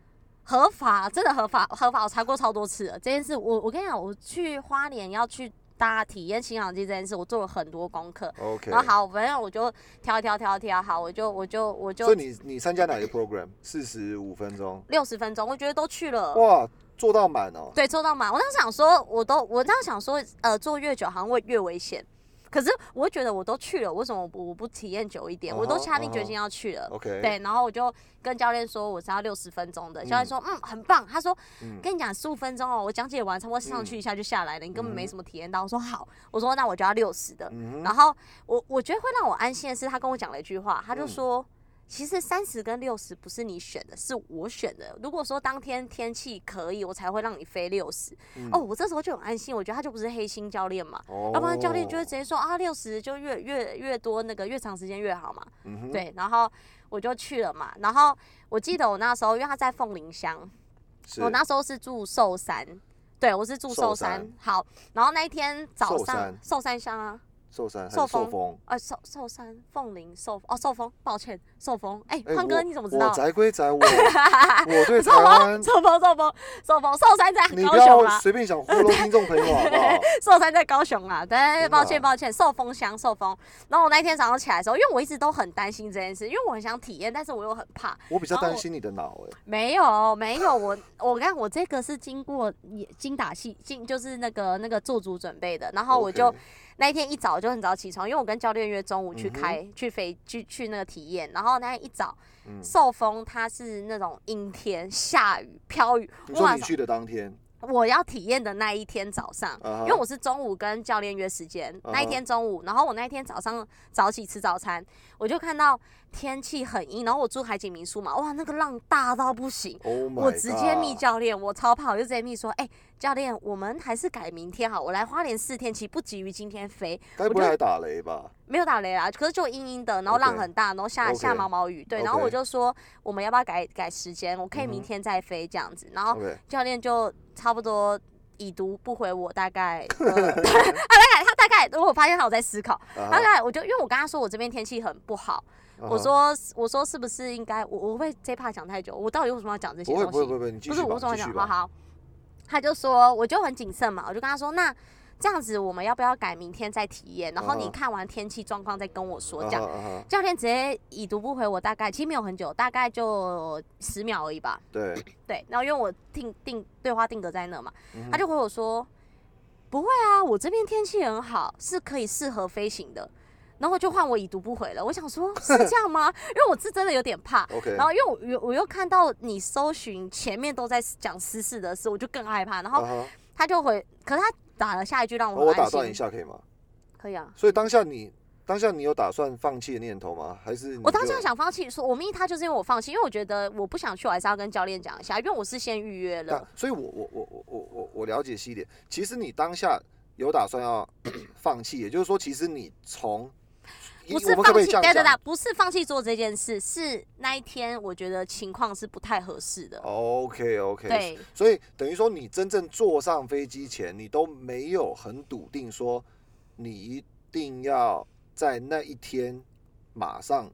Speaker 2: 合法，真的合法，合法，我查过超多次了。这件事我我跟你讲，我去花莲要去搭体验新航机这件事，我做了很多功课。
Speaker 1: OK，
Speaker 2: 然后好，反正我就挑挑挑挑，好，我就我就我就
Speaker 1: 所以你你参加哪个 program？四十五分钟，
Speaker 2: 六十分钟，我觉得都去了。
Speaker 1: 哇，做到满哦。
Speaker 2: 对，做到满。我当时想说，我都我当时想说，呃，做越久好像会越危险。可是我觉得我都去了，为什么我不我不体验久一点？我
Speaker 1: 嗯
Speaker 2: 都
Speaker 1: 哼
Speaker 2: 下
Speaker 1: 嗯
Speaker 2: 定决
Speaker 1: 哼
Speaker 2: 心要去了。
Speaker 1: OK，，
Speaker 2: 对，然后我就跟教练说我是要六十分钟的，教练说嗯很棒，他说
Speaker 1: 嗯，
Speaker 2: 跟你讲十五分钟哦，我讲解完差不多上去一下就下来了，你根
Speaker 1: 嗯
Speaker 2: 本没
Speaker 1: 哼
Speaker 2: 什么体验到。我说好，我说那我就要六十的。
Speaker 1: 嗯哼，
Speaker 2: 然后我我觉得会让我安心的是，他跟我讲了一句话，他就
Speaker 1: 嗯
Speaker 2: 说。其实三十跟六十不是你选的，是我选的。如果说当天天气可以，我才会让你飞六十、
Speaker 1: 嗯
Speaker 2: 哦，我这时候就很安心，我觉得他就不是黑心教练嘛，
Speaker 1: 哦
Speaker 2: 要不然教练就会直接说啊，六十就越越越多那个越长时间越好嘛。
Speaker 1: 嗯哼，
Speaker 2: 对，然后我就去了嘛。然后我记得我那时候，因为他在凤林乡，
Speaker 1: 是
Speaker 2: 我哦那时候是住寿山，对我是住
Speaker 1: 寿
Speaker 2: 寿
Speaker 1: 山
Speaker 2: 山。好，然后那一天早
Speaker 1: 寿
Speaker 2: 上
Speaker 1: 山
Speaker 2: 寿山乡啊，
Speaker 1: 寿山还是
Speaker 2: 受
Speaker 1: 寿
Speaker 2: 风
Speaker 1: 丰？
Speaker 2: 呃，寿寿山、凤林、寿哦寿丰，抱歉，寿丰。哎、
Speaker 1: 哎
Speaker 2: 胖哥
Speaker 1: 我
Speaker 2: 你怎么知
Speaker 1: 我
Speaker 2: 道？
Speaker 1: 宅归 宅，我我对台湾，
Speaker 2: 寿丰、寿丰、寿丰，寿山在
Speaker 1: 你
Speaker 2: 高
Speaker 1: 不
Speaker 2: 雄啊
Speaker 1: 要
Speaker 2: 啦，
Speaker 1: 随便想糊弄听众朋友好 不好？
Speaker 2: 寿山在高雄啦。对，
Speaker 1: 天
Speaker 2: 抱歉
Speaker 1: 哪
Speaker 2: 抱歉，寿丰乡寿丰。然后我那天早上起来的时候，因为我一直都很担心这件事，因为我很想体验，但是我又很怕。
Speaker 1: 我比较
Speaker 2: 然后
Speaker 1: 担
Speaker 2: 我
Speaker 1: 心你的脑哎。
Speaker 2: 没有没有，我我看我这个是经过也精打细精，就是那个那个做足准备的。然后我就
Speaker 1: OK
Speaker 2: 那一天一早就很早起床，因为我跟教练约中午去
Speaker 1: 嗯哼
Speaker 2: 开、去飞去去那个体验，然后那天一早，
Speaker 1: 嗯
Speaker 2: 受风它是那种阴天、下雨、飘雨，
Speaker 1: 你说
Speaker 2: 哇
Speaker 1: 你！去的当天，
Speaker 2: 我要体验的那一天早上。
Speaker 1: 啊哈
Speaker 2: 因为我是中午跟教练约时间
Speaker 1: 啊哈
Speaker 2: 那一天中午，然后我那一天早上早起吃早餐，我就看到天气很阴，然后我住海景民宿嘛，哇，那个浪大到不行，
Speaker 1: Oh my
Speaker 2: 我直接密
Speaker 1: God
Speaker 2: 教练，我超怕，我就直接密说，哎、教练，我们还是改明天好，我来花莲四天，其实不急于今天飞，
Speaker 1: 该不会
Speaker 2: 我就
Speaker 1: 还打雷吧？
Speaker 2: 没有打雷啦，可是就阴阴的，然后
Speaker 1: OK
Speaker 2: 浪很大，然后下
Speaker 1: OK
Speaker 2: 下毛毛雨，对，然后
Speaker 1: OK
Speaker 2: 我就说我们要不要改改时间，我可以
Speaker 1: 嗯哼
Speaker 2: 明天再飞这样子，然后
Speaker 1: OK，
Speaker 2: 教练就差不多。已读不回我，大概、呃 他大概他大概，如果我发现他有在思考，
Speaker 1: 啊
Speaker 2: 他
Speaker 1: 哈
Speaker 2: 大概我就因为我跟他说我这边天气很不好，
Speaker 1: 啊
Speaker 2: 我
Speaker 1: 哈
Speaker 2: 说我说是不是应该我我会这怕讲太久，我到底为什么要讲这些
Speaker 1: 不
Speaker 2: 东
Speaker 1: 会
Speaker 2: 西？
Speaker 1: 不会不会，你继
Speaker 2: 不是
Speaker 1: 续
Speaker 2: 我
Speaker 1: 吧，
Speaker 2: 怎么
Speaker 1: 继续
Speaker 2: 讲，
Speaker 1: 吧
Speaker 2: 好好。他就说，我就很谨慎嘛，我就跟他说，那这样子我们要不要改明天再体验？然后
Speaker 1: 嗯
Speaker 2: 你
Speaker 1: 哼
Speaker 2: 看完天气状况再跟我说，
Speaker 1: 嗯
Speaker 2: 这样。
Speaker 1: 哼嗯哼
Speaker 2: 教练直接已读不回我，大概其实没有很久，大概就十秒而已吧。
Speaker 1: 对，
Speaker 2: 对，然后因为我定定对话定格在那嘛，
Speaker 1: 嗯哼
Speaker 2: 他就回我说：“不会啊，我这边天气很好，是可以适合飞行的。”然后就换我已读不回了。我想说，是这样吗？ 因为我是真的有点怕。
Speaker 1: OK，
Speaker 2: 然后因为我又我又看到你搜寻前面都在讲私事的事，我就更害怕。然后
Speaker 1: 嗯哼
Speaker 2: 他就回，可是他打了下一句让
Speaker 1: 哦我
Speaker 2: 我很
Speaker 1: 打
Speaker 2: 安
Speaker 1: 断一
Speaker 2: 心。
Speaker 1: 下可以吗？
Speaker 2: 可以啊，
Speaker 1: 所以当下你当下你有打算放弃的念头吗？还是你
Speaker 2: 我当
Speaker 1: 就
Speaker 2: 下想放弃，说我命他就是因为我放弃，因为我觉得我不想去，我还是要跟教练讲一下，因为我是先预约
Speaker 1: 那
Speaker 2: 了。
Speaker 1: 所以我，我我我我我我了解西点，其实你当下有打算要 放弃，也就是说，其实你从一
Speaker 2: 不
Speaker 1: 我
Speaker 2: 是
Speaker 1: 们可
Speaker 2: 放
Speaker 1: 不可以
Speaker 2: 弃，
Speaker 1: 这样
Speaker 2: 对对
Speaker 1: 讲
Speaker 2: 对，不是放弃做这件事，是那一天我觉得情况是不太合适的。
Speaker 1: ？OK 哦 OK，，
Speaker 2: 对，
Speaker 1: 所以等于说你真正坐上飞机前，你都没有很笃定说你一定要在那一天马上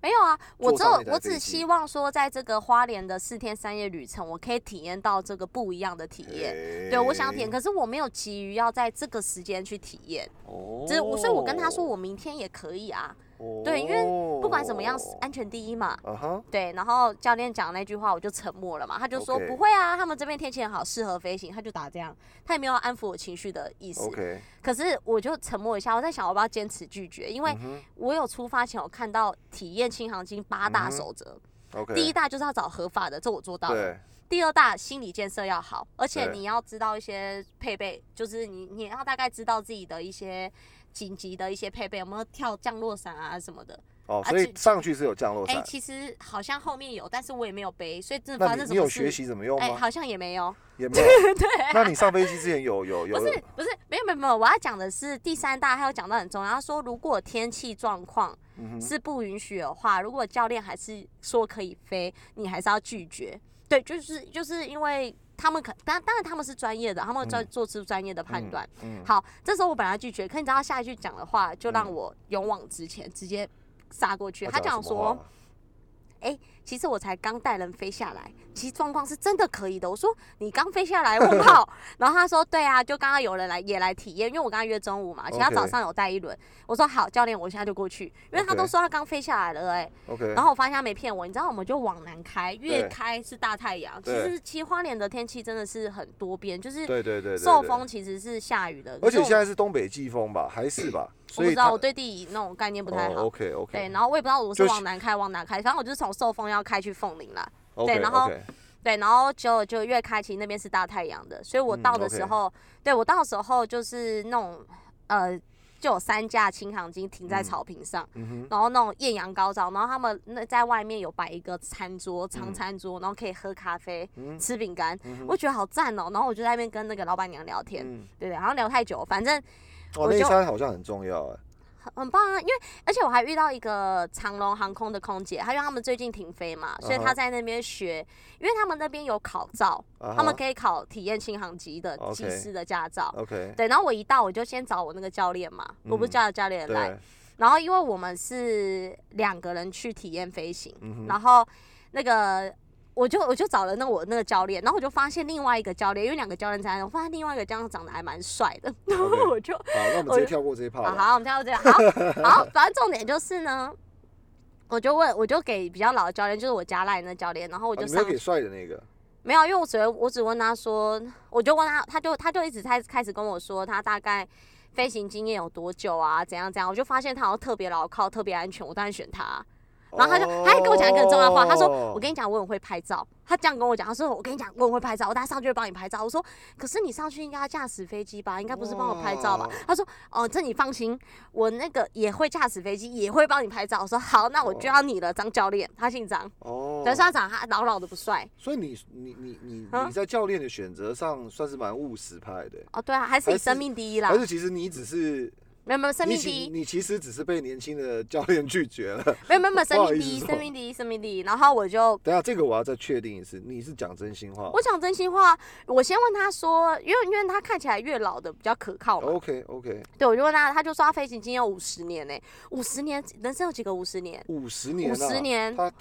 Speaker 2: 没有啊，我
Speaker 1: 坐
Speaker 2: 只
Speaker 1: 上
Speaker 2: 有
Speaker 1: 那台
Speaker 2: 我
Speaker 1: 飞机
Speaker 2: 只希望说，在这个花莲的四天三夜旅程，我可以体验到这个不一样的体验。
Speaker 1: 诶。
Speaker 2: 对，我想要体验，可是我没有急于要在这个时间去体验，
Speaker 1: 哦，
Speaker 2: 就是我，所以我跟他说我明天也可以啊，对因为不管怎么样，安全第一嘛。
Speaker 1: 啊哈，
Speaker 2: 对，然后教练讲那句话，我就沉默了嘛。他就说
Speaker 1: OK
Speaker 2: 不会啊，他们这边天气很好，适合飞行。他就打这样，他也没有安抚我情绪的意思。
Speaker 1: OK，
Speaker 2: 可是我就沉默一下，我在想我要不要坚持拒绝，因为
Speaker 1: 嗯哼
Speaker 2: 我有出发前我看到体验轻航经八
Speaker 1: 嗯
Speaker 2: 大
Speaker 1: 哼
Speaker 2: 守则，
Speaker 1: ，OK，
Speaker 2: 第一大就是要找合法的，这我做到了。
Speaker 1: 对，
Speaker 2: 第二大心理建设要好，而且
Speaker 1: 对
Speaker 2: 你要知道一些配备，就是你你要大概知道自己的一些紧急的一些配备，有没有跳降落伞啊什么的。
Speaker 1: 哦，
Speaker 2: 啊
Speaker 1: 所以
Speaker 2: 其
Speaker 1: 上去是有降落
Speaker 2: 哎、
Speaker 1: 伞。
Speaker 2: 其实好像后面有，但是我也没有背，所以真的
Speaker 1: 那
Speaker 2: 发
Speaker 1: 你
Speaker 2: 生什
Speaker 1: 你有
Speaker 2: 么
Speaker 1: 学
Speaker 2: 事，
Speaker 1: 习怎么用
Speaker 2: 哎、
Speaker 1: 吗？
Speaker 2: 好像也没有。
Speaker 1: 也 没有。那你上飞机之前有有有
Speaker 2: 不是不是，没有没有没有，我要讲的是第三大，还有讲到很重要，他说如果天气状况
Speaker 1: 嗯哼
Speaker 2: 是不允许的话，如果教练还是说可以飞，你还是要拒绝。对，就是就是因为他们可当当然他们是专业的，他们专
Speaker 1: 嗯
Speaker 2: 做出专业的判
Speaker 1: 嗯
Speaker 2: 断。
Speaker 1: 嗯
Speaker 2: 好，这时候我本来拒绝，可你知道他下一句讲的话，就让
Speaker 1: 嗯
Speaker 2: 我勇往直前，直接杀过去。
Speaker 1: 他
Speaker 2: 他
Speaker 1: 啊讲
Speaker 2: 讲
Speaker 1: 什么
Speaker 2: 说
Speaker 1: 话，
Speaker 2: 其实我才刚带人飞下来，其实状况是真的可以的。我说你刚飞下来，问号。然后他说对啊，就刚刚有人来也来体验，因为我跟他约中午嘛，其实他
Speaker 1: OK
Speaker 2: 早上有带一轮。我说好，教练，我现在就过去，因为他
Speaker 1: OK
Speaker 2: 都说他刚飞下来了哎、
Speaker 1: OK，
Speaker 2: 然后我发现他没骗我，你知道我们就往南开，越
Speaker 1: 对
Speaker 2: 开是大太阳。其
Speaker 1: 对
Speaker 2: 实其实花莲的天气真的是很多变，就是
Speaker 1: 对对对对，
Speaker 2: 受
Speaker 1: 对。
Speaker 2: 风其实是下雨的，
Speaker 1: 而
Speaker 2: 可是
Speaker 1: 且
Speaker 2: 我
Speaker 1: 现在是东北季风吧，还是吧？
Speaker 2: 我
Speaker 1: 所
Speaker 2: 不
Speaker 1: 以
Speaker 2: 知道，
Speaker 1: 它
Speaker 2: 我对地理那种概念不太好。
Speaker 1: 哦，OK 哦
Speaker 2: 对，
Speaker 1: OK
Speaker 2: 然后我也不知道我是
Speaker 1: 就
Speaker 2: 往
Speaker 1: 是
Speaker 2: 南开往哪开，反正我就是从受风要开去凤林啦。
Speaker 1: OK
Speaker 2: 然后
Speaker 1: OK，
Speaker 2: 对，然后就就越开，其实那边是大太阳的，所以我
Speaker 1: 嗯
Speaker 2: 到的
Speaker 1: ，OK
Speaker 2: 时候，对我到的时候就是那种呃，就有三架轻航机停在
Speaker 1: 嗯
Speaker 2: 草坪上，
Speaker 1: 嗯哼，
Speaker 2: 然后那种艳阳高照，然后他们那在外面有摆一个餐桌
Speaker 1: 嗯
Speaker 2: 长餐桌，然后可以喝咖啡、
Speaker 1: 嗯
Speaker 2: 吃饼干，
Speaker 1: 嗯哼
Speaker 2: 我觉得好赞哦、然后我就在那边跟那个老板娘聊天，
Speaker 1: 嗯，
Speaker 2: 对对，然后聊太久，反正
Speaker 1: 哦，
Speaker 2: 我
Speaker 1: 那一
Speaker 2: 就
Speaker 1: 餐好像很重要哎，
Speaker 2: 很很棒啊，因为而且我还遇到一个长龙航空的空姐，她因为他们最近停飞嘛，所以
Speaker 1: 嗯哼
Speaker 2: 她在那边学，因为他们那边有考照，
Speaker 1: 啊
Speaker 2: 他们
Speaker 1: 哈
Speaker 2: 可以考体验新航级的
Speaker 1: OK
Speaker 2: 技师的驾照。
Speaker 1: OK，
Speaker 2: 对，然后我一到我就先找我那个教练嘛，我不
Speaker 1: 嗯
Speaker 2: 是叫教练来，
Speaker 1: 对，
Speaker 2: 然后因为我们是两个人去体验飞行，
Speaker 1: 嗯哼，
Speaker 2: 然后那个我就我就找了那我那个教练，然后我就发现另外一个教练，因为两个教练在那，我发现另外一个教练长得还蛮帅的，然后
Speaker 1: OK
Speaker 2: 我就
Speaker 1: 好，那我们直接跳过这一
Speaker 2: 好
Speaker 1: part 吧。
Speaker 2: 好，我们跳到这样。好，好，反正重点就是呢，我就问，我就给比较老的教练，就是我加赖那教练，然后我
Speaker 1: 啊
Speaker 2: 就
Speaker 1: 你没有
Speaker 2: 上、
Speaker 1: 给帅的那个，
Speaker 2: 没有，因为我只会我只问他说，我就问他，他就他就一直开开始跟我说他大概飞行经验有多久啊，怎样怎样，我就发现他好像特别牢靠，特别安全，我当然选他。然后他就
Speaker 1: 哦
Speaker 2: 他还跟我讲一个很重要的话，他说：“我跟你讲，我很会拍照。”他这样跟我讲，他说：“我跟你讲，我很会拍照，我等下上去会帮你拍照。”我说：“可是你上去应该要驾驶飞机吧？应该不是帮我拍照吧
Speaker 1: 哇？”
Speaker 2: 他说：“哦，这你放心，我那个也会驾驶飞机，也会帮你拍照。”我说：“好，那我就要你了，张教练。”他姓张，
Speaker 1: 哦，
Speaker 2: 但是他长得他老老的不帅
Speaker 1: 所以你你你你
Speaker 2: 啊
Speaker 1: 你在教练的选择上算是蛮务实派的，
Speaker 2: 哦，对啊，还是
Speaker 1: 还
Speaker 2: 以
Speaker 1: 是
Speaker 2: 生命第一啦
Speaker 1: 还，是其实你只是
Speaker 2: 没有没有生
Speaker 1: 你
Speaker 2: 命第
Speaker 1: 其
Speaker 2: 一，
Speaker 1: 你其实只是被年轻的教练拒绝了。
Speaker 2: 没有没有没有生
Speaker 1: 不好
Speaker 2: 命
Speaker 1: 意
Speaker 2: 第一，
Speaker 1: 思
Speaker 2: 生命第一，生命第一。然后我就
Speaker 1: 等一下这个我要再确定一次，你是讲真心话
Speaker 2: 我讲真心话，我先问他说，因为因为他看起来越老的比较可靠嘛。
Speaker 1: ？OK OK，
Speaker 2: 对，我就问他，他就说他飞行经验五十年呢、五十年，人生有几个五十年？
Speaker 1: 五十年、啊，
Speaker 2: 50年
Speaker 1: 他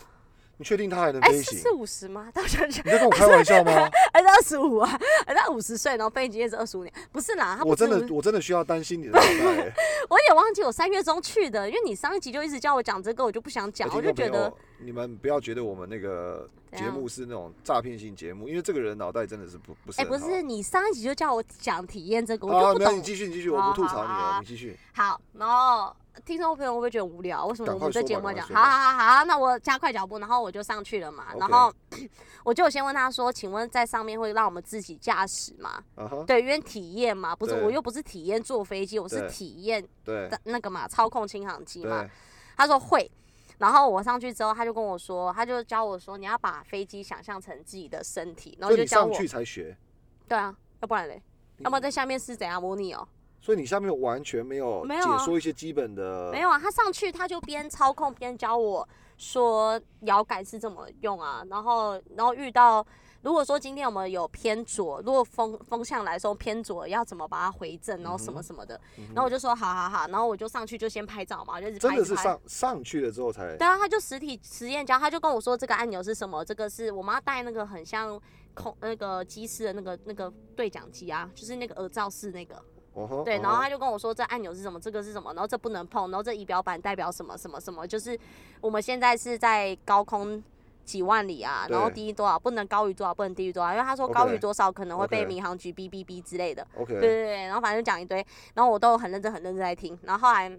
Speaker 1: 你确定它还能
Speaker 2: 哎，
Speaker 1: 飞
Speaker 2: 是
Speaker 1: 行
Speaker 2: 是？五十吗？ 到想想，
Speaker 1: 你在跟我开玩笑吗？
Speaker 2: 哎，二十五啊，哎，他五十岁，然后飞行经验是二十五年，不是 啦，他不
Speaker 1: 我
Speaker 2: 是
Speaker 1: 真的我真的需要担心你的脑袋、欸。
Speaker 2: 我也忘记我三月中去的，因为你上一集就一直叫我讲这个，我就不想讲，
Speaker 1: 哎
Speaker 2: 我
Speaker 1: 听
Speaker 2: 就
Speaker 1: 众朋
Speaker 2: 觉得
Speaker 1: 友，你们不要觉得我们那个
Speaker 2: 怎
Speaker 1: 节
Speaker 2: 样
Speaker 1: 目是那种诈骗性节目，因为这个人脑袋真的是不不是
Speaker 2: 哎、
Speaker 1: 很好。
Speaker 2: 不是，你上一集就叫我讲体验这个，我
Speaker 1: 啊，
Speaker 2: 就不
Speaker 1: 没有，你
Speaker 2: 懂。
Speaker 1: 继续，你继续，我不
Speaker 2: 好
Speaker 1: 吐
Speaker 2: 好
Speaker 1: 槽你
Speaker 2: 好
Speaker 1: 了，
Speaker 2: 好
Speaker 1: 你继续。
Speaker 2: 好，然后听众朋友会不会觉得很无聊？为什么
Speaker 1: 赶
Speaker 2: 我
Speaker 1: 快
Speaker 2: 们这
Speaker 1: 说吧
Speaker 2: 节目
Speaker 1: 赶
Speaker 2: 要讲？
Speaker 1: 快
Speaker 2: 好
Speaker 1: 说吧嗯
Speaker 2: 好好好，那我加快脚步，然后我就上去了嘛。然
Speaker 1: OK
Speaker 2: 后 我就有先问他说：“请问在上面会让我们自己驾驶吗
Speaker 1: 啊哈？”，
Speaker 2: 对，因为体验嘛，不是
Speaker 1: 对
Speaker 2: 我又不是体验坐飞机，我是
Speaker 1: 对
Speaker 2: 体验
Speaker 1: 对
Speaker 2: 的那个嘛，操控轻航机嘛
Speaker 1: 对。，
Speaker 2: 他说会。然后我上去之后，他就跟我说，他就教我说，你要把飞机想象成自己的身体，然
Speaker 1: 所
Speaker 2: 后
Speaker 1: 以
Speaker 2: 就
Speaker 1: 你
Speaker 2: 教
Speaker 1: 上
Speaker 2: 我
Speaker 1: 去，才学，
Speaker 2: 对啊，要不然嘞，要不然
Speaker 1: 嗯
Speaker 2: 在下面是怎样模拟哦？
Speaker 1: 所以你下面完全没有
Speaker 2: 没有啊
Speaker 1: 解说一些基本的，
Speaker 2: 没有啊，他上去他就边操控边教我说摇杆是怎么用啊，然后然后遇到如果说今天我们有偏左，如果风风向来说偏左要怎么把它回正，然后
Speaker 1: 嗯
Speaker 2: 什么什么的，然后我就说好好好，然后我就上去就先拍照嘛，我就一直拍
Speaker 1: 真的
Speaker 2: 一直
Speaker 1: 是
Speaker 2: 拍。
Speaker 1: 上上去了之后才
Speaker 2: 对啊，他就实体实验家，他就跟我说这个按钮是什么，这个是我们要带那个很像空那个机师的那个那个对讲机啊，就是那个耳罩式那个。
Speaker 1: 哦吼，
Speaker 2: 对，
Speaker 1: 哦
Speaker 2: 然后
Speaker 1: 吼
Speaker 2: 他就跟我说这按钮是什么，这个是什么，然后这不能碰，然后这仪表板代表什么什么什么，就是我们现在是在高空几万里啊，然后
Speaker 1: 对
Speaker 2: 低于多少不能高于多少，不能低于多少，因为他说高
Speaker 1: OK，
Speaker 2: 于多少可能会被
Speaker 1: OK
Speaker 2: 民航局哔哔哔之类的。对
Speaker 1: OK，嗯
Speaker 2: 对对，然后反正就讲一堆，然后我都很认真很认真在听，然后后来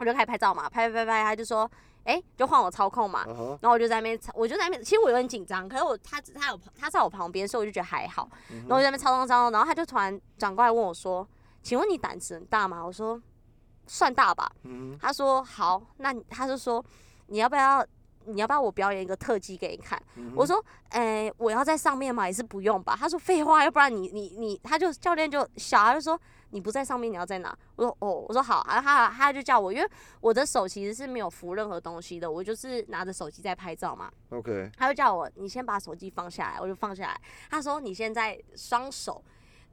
Speaker 2: 我就开始拍照嘛，拍拍拍拍，他就说，哎、就换我操控嘛，
Speaker 1: 啊哈，
Speaker 2: 然后我就在那边操，我就在那边，其实我有点紧张，可是我他他有他在我旁边，所以我就觉得还好，然后我就在那边操纵操纵，然后他就突然转过来问我说，请问你胆子很大吗？我说算大吧，
Speaker 1: 嗯
Speaker 2: 他说好，那你他就说你要不要？你要不要我表演一个特技给你看？
Speaker 1: 嗯哼，
Speaker 2: 我说，哎、我要在上面嘛，也是不用吧？他说废话，要不然你你你，他就教练就小孩就说你不在上面，你要在哪？我说哦，我说好，然后他他就叫我，因为我的手其实是没有扶任何东西的，我就是拿着手机在拍照嘛。
Speaker 1: 嗯 OK，
Speaker 2: 他就叫我，你先把手机放下来，我就放下来。他说你现在双手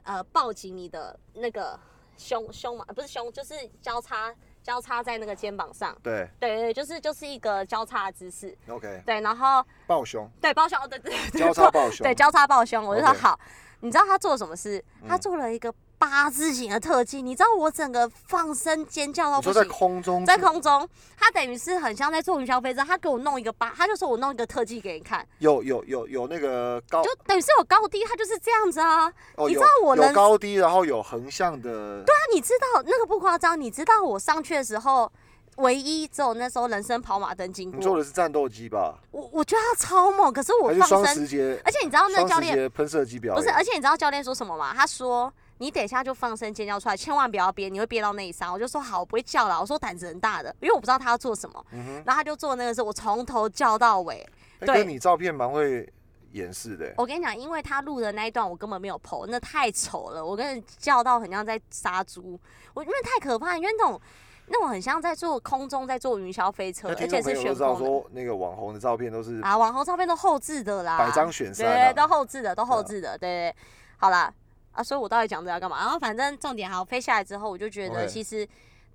Speaker 2: 呃抱紧你的那个胸胸嘛，呃不是胸，就是交叉交叉在那个肩膀上，
Speaker 1: 对
Speaker 2: 对对，对就是就是一个交叉的姿势。
Speaker 1: OK，
Speaker 2: 对，然后
Speaker 1: 抱胸，
Speaker 2: 对抱胸，哦对对对，
Speaker 1: 交叉抱胸，
Speaker 2: 对，交叉抱胸，我就说
Speaker 1: OK
Speaker 2: 好。你知道他做什么事？他
Speaker 1: 嗯
Speaker 2: 做了一个八字形的特技，你知道我整个放声尖叫到
Speaker 1: 你
Speaker 2: 不
Speaker 1: 说
Speaker 2: 行
Speaker 1: 在。空中
Speaker 2: 在
Speaker 1: 是
Speaker 2: 空中，他等于是很像在做云霄飞车，他给我弄一个八，他就说我弄一个特技给你看，
Speaker 1: 有有有有那个高
Speaker 2: 就等于是有高低，他就是这样子啊。
Speaker 1: 哦，
Speaker 2: 你知
Speaker 1: 有
Speaker 2: 道我
Speaker 1: 有
Speaker 2: 人
Speaker 1: 高低，然后有横向的，对，
Speaker 2: 那你知道那个不夸张，你知道我上去的时候，唯一只有那时候人生跑马灯经
Speaker 1: 你做
Speaker 2: 过，
Speaker 1: 的是战斗机吧？
Speaker 2: 我我觉得他超猛，可是我
Speaker 1: 还是
Speaker 2: 放
Speaker 1: 双
Speaker 2: 声，
Speaker 1: 十节？
Speaker 2: 而且你知道那
Speaker 1: 双
Speaker 2: 教
Speaker 1: 十
Speaker 2: 练
Speaker 1: 节喷射机表
Speaker 2: 不
Speaker 1: 演？
Speaker 2: 是，而且你知道教练说什么吗？他说你等一下就放声尖叫出来，千万不要憋，你会憋到内伤。我就说好，我不会叫了。我说胆子很大的，因为我不知道他要做什么。
Speaker 1: 嗯哼
Speaker 2: 然后他就做那个事，我从头叫到尾。
Speaker 1: 哎
Speaker 2: 对哦
Speaker 1: 哥你照片蛮会演示的欸。
Speaker 2: 我跟你讲，因为他录的那一段我根本没有剖，那太丑了，我跟你叫到很像在杀猪，我因为太可怕，因为那种那种很像在做空中在做云霄飞车，
Speaker 1: 那
Speaker 2: 而
Speaker 1: 听
Speaker 2: 且
Speaker 1: 众朋
Speaker 2: 是
Speaker 1: 友都
Speaker 2: 悬
Speaker 1: 知道
Speaker 2: 空的
Speaker 1: 说，那个网红的照片都是
Speaker 2: 啊，网红照片都后置的啦，
Speaker 1: 百张选
Speaker 2: 对对，
Speaker 1: 三、
Speaker 2: 都
Speaker 1: 啊，
Speaker 2: 后置的，都后置的，对对对好啦，啊，所以我到底讲这要干嘛？然后反正重点好飞下来之后，我就觉得
Speaker 1: OK
Speaker 2: 其实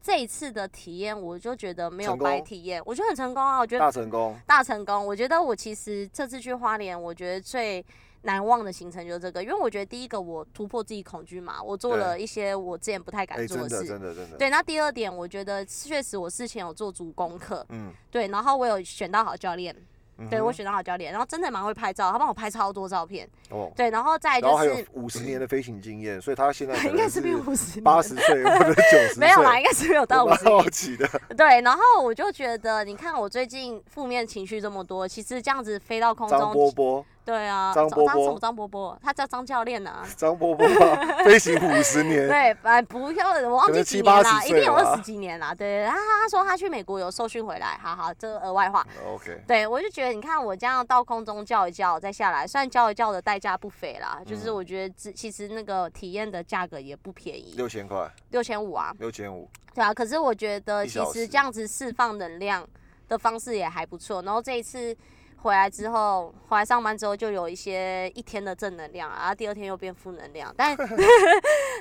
Speaker 2: 这一次的体验，我就觉得没有
Speaker 1: 成功
Speaker 2: 白体验，我觉得很成功啊，我觉
Speaker 1: 大
Speaker 2: 得
Speaker 1: 成功。
Speaker 2: 大成功。我觉得我其实这次去花莲，我觉得最。难忘的行程就是这个，因为我觉得第一个我突破自己恐惧嘛，我做
Speaker 1: 对
Speaker 2: 了一些我之前不太敢
Speaker 1: 哎，
Speaker 2: 做
Speaker 1: 真的，
Speaker 2: 事。
Speaker 1: 真的，真的。
Speaker 2: 对，那第二点，我觉得确实我事前有做足功课，
Speaker 1: 嗯，
Speaker 2: 对，然后我有选到好教练，
Speaker 1: 嗯
Speaker 2: 对
Speaker 1: 哼
Speaker 2: 我选到好教练，然后真的蛮会拍照，他帮我拍超多照片。
Speaker 1: 哦，
Speaker 2: 对，然后再来
Speaker 1: 然后
Speaker 2: 就
Speaker 1: 还有
Speaker 2: 是，
Speaker 1: 五十年的飞行经验，所以他 现在可
Speaker 2: 应该
Speaker 1: 能
Speaker 2: 是没有五十，
Speaker 1: 八十岁或者九十岁，哦
Speaker 2: 没有啦，应该是没有
Speaker 1: 我
Speaker 2: 到五
Speaker 1: 蛮
Speaker 2: 十。
Speaker 1: 好奇的。
Speaker 2: 对，然后我就觉得，你看我最近负面情绪这么多，其实这样子飞到空
Speaker 1: 张波
Speaker 2: 中，
Speaker 1: 波，
Speaker 2: 对啊，
Speaker 1: 张波
Speaker 2: 张什么
Speaker 1: 波
Speaker 2: 张波波，他叫张教练呐、 啊。
Speaker 1: 张波波 啊飞行五十年，
Speaker 2: 对，反正不要，我忘
Speaker 1: 可
Speaker 2: 记
Speaker 1: 能
Speaker 2: 几
Speaker 1: 七
Speaker 2: 年
Speaker 1: 八
Speaker 2: 啦，
Speaker 1: 十
Speaker 2: 一定有
Speaker 1: 岁了
Speaker 2: 二
Speaker 1: 吧
Speaker 2: 十几年啦。对，他他说他去美国有受训回来，好好，这个额外话。
Speaker 1: OK，
Speaker 2: 对，我就觉得你看我这样到空中叫一叫，再下来，虽然叫一叫的代价不菲啦，就是
Speaker 1: 嗯
Speaker 2: 我觉得这其实那个体验的价格也不便宜，
Speaker 1: 六千块，
Speaker 2: 六千五啊，
Speaker 1: 六千五，
Speaker 2: 对啊。可是我觉得
Speaker 1: 一
Speaker 2: 其
Speaker 1: 小
Speaker 2: 实
Speaker 1: 时
Speaker 2: 这样子释放能量的方式也还不错。然后这一次回来之后，回来上班之后就有一些一天的正能量啊，然后第二天又变 负能量，但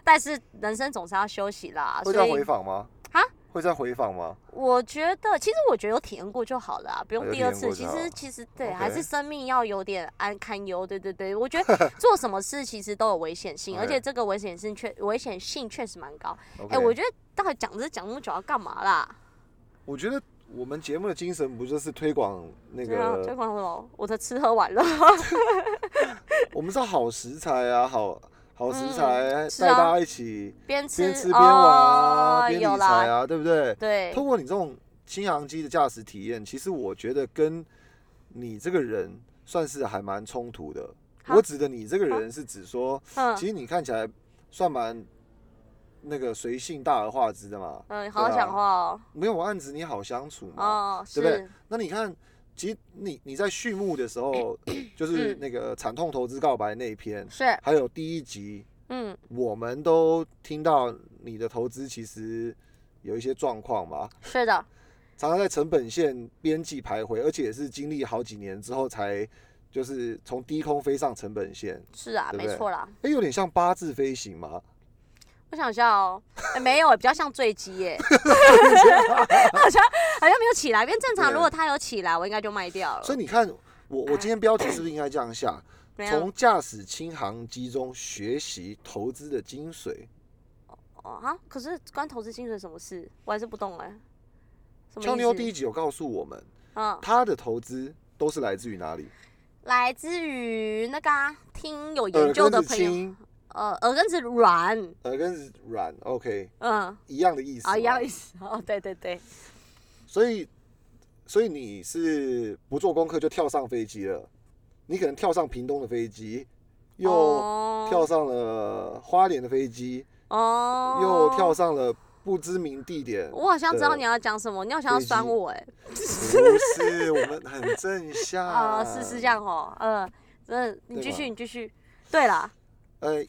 Speaker 2: 但是人生总是要休息啦，
Speaker 1: 会这样
Speaker 2: 啊所以
Speaker 1: 回访吗？
Speaker 2: 啊，
Speaker 1: 会再回访吗？
Speaker 2: 我觉得，其实我觉得有体验过就好了、啊，不
Speaker 1: 啊
Speaker 2: 用
Speaker 1: 有
Speaker 2: 第二
Speaker 1: 体验过
Speaker 2: 次。其
Speaker 1: 就好
Speaker 2: 实其实对
Speaker 1: OK
Speaker 2: 还是生命要有点安堪忧。对对对，我觉得做什么事其实都有危险性，而
Speaker 1: OK
Speaker 2: 且这个危险性确危险性确实蛮高。
Speaker 1: o
Speaker 2: 哎、我觉得到底讲这讲那么久要干嘛啦？
Speaker 1: 我觉得我们节目的精神不就是推广那
Speaker 2: 对啊，推
Speaker 1: 个，
Speaker 2: 广什么？我的吃喝玩乐，
Speaker 1: 我们是好食材啊，好好食
Speaker 2: 嗯
Speaker 1: 材，
Speaker 2: 是
Speaker 1: 带
Speaker 2: 啊
Speaker 1: 大家一起
Speaker 2: 边吃
Speaker 1: 边吃边玩啊，
Speaker 2: 哦、
Speaker 1: 边
Speaker 2: 有
Speaker 1: 理
Speaker 2: 啦
Speaker 1: 财，啊，对不对？
Speaker 2: 对
Speaker 1: 通过你这种新航机的驾驶体验，其实我觉得跟你这个人算是还蛮冲突的。
Speaker 2: 哈
Speaker 1: 我指的你这个人是指说，
Speaker 2: 嗯
Speaker 1: 其实你看起来算蛮那个随性大而化之的嘛，
Speaker 2: 嗯，好好
Speaker 1: 对啊
Speaker 2: 讲话哦。
Speaker 1: 没有暗指你好相处嘛。
Speaker 2: 哦，
Speaker 1: 对不对
Speaker 2: 是，
Speaker 1: 那你看，其实你你在序幕的时 候，就是
Speaker 2: 嗯
Speaker 1: 那个惨痛投资告白那一篇，
Speaker 2: 是，
Speaker 1: 还有第一集，
Speaker 2: 嗯，
Speaker 1: 我们都听到你的投资其实有一些状况嘛，
Speaker 2: 是的，
Speaker 1: 常常在成本线边际徘徊，而且也是经历好几年之后才就是从低空飞上成本线，
Speaker 2: 是啊，
Speaker 1: 对不
Speaker 2: 没
Speaker 1: 对
Speaker 2: 错啦。
Speaker 1: 哎，有点像八字飞行嘛。
Speaker 2: 我想一下哦，哎没有，比较像坠机耶， 好像好像没有起来，因为正常
Speaker 1: 对
Speaker 2: 如果它有起来，我应该就卖掉了。
Speaker 1: 所以你看，我我今天标题是不是应该这样下？
Speaker 2: 没有
Speaker 1: 从驾驶轻航机中学习投资的精髓。
Speaker 2: 哦啊，可是关投资薪水什么事？我还是不懂哎。什么意思
Speaker 1: 俏妞第一集有告诉我们，
Speaker 2: 嗯，
Speaker 1: 他的投资都是来自于哪里？
Speaker 2: 来自于那个啊、听有
Speaker 1: 耳
Speaker 2: 研究
Speaker 1: 根
Speaker 2: 的
Speaker 1: 子
Speaker 2: 朋友，
Speaker 1: 轻，
Speaker 2: 呃，耳根子软，
Speaker 1: 耳根子软，OK，
Speaker 2: 嗯，
Speaker 1: 一样的意思嘛。
Speaker 2: 啊，一样意思。哦，对对对，
Speaker 1: 所以，所以你是不做功课就跳上飞机了，你可能跳上屏东的飞机，又
Speaker 2: 哦
Speaker 1: 跳上了花莲的飞机，
Speaker 2: 哦，
Speaker 1: 又跳。上了不知名地点。
Speaker 2: 我好像知道
Speaker 1: 的
Speaker 2: 你要讲什么，你好像要
Speaker 1: 飞
Speaker 2: 酸
Speaker 1: 机
Speaker 2: 我哎。
Speaker 1: 不是，我们很正向。
Speaker 2: 啊，是是这。样哦，嗯，嗯，你
Speaker 1: 对
Speaker 2: 继
Speaker 1: 吧
Speaker 2: 续，你继续。对啦，
Speaker 1: 呃，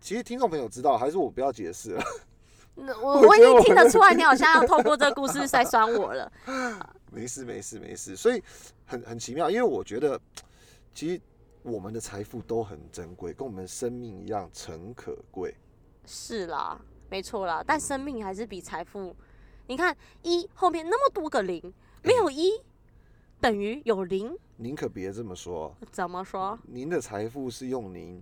Speaker 1: 其实听众朋友知道，还是我不要解释了。
Speaker 2: 那我
Speaker 1: 我
Speaker 2: 我已
Speaker 1: 觉
Speaker 2: 经
Speaker 1: 得我
Speaker 2: 听得出来，你好像要透过这个故事在酸我了。
Speaker 1: 没事，没事，没事。所以很很奇妙，因为我觉得，其实我们的财富都很珍贵，跟我们生命一样诚可贵。
Speaker 2: 是啦，没错啦，但生命还是比财富。你看一后面那么多个零，没有一等于有零，
Speaker 1: 您可别这么说，
Speaker 2: 怎么说？
Speaker 1: 您的财富是用您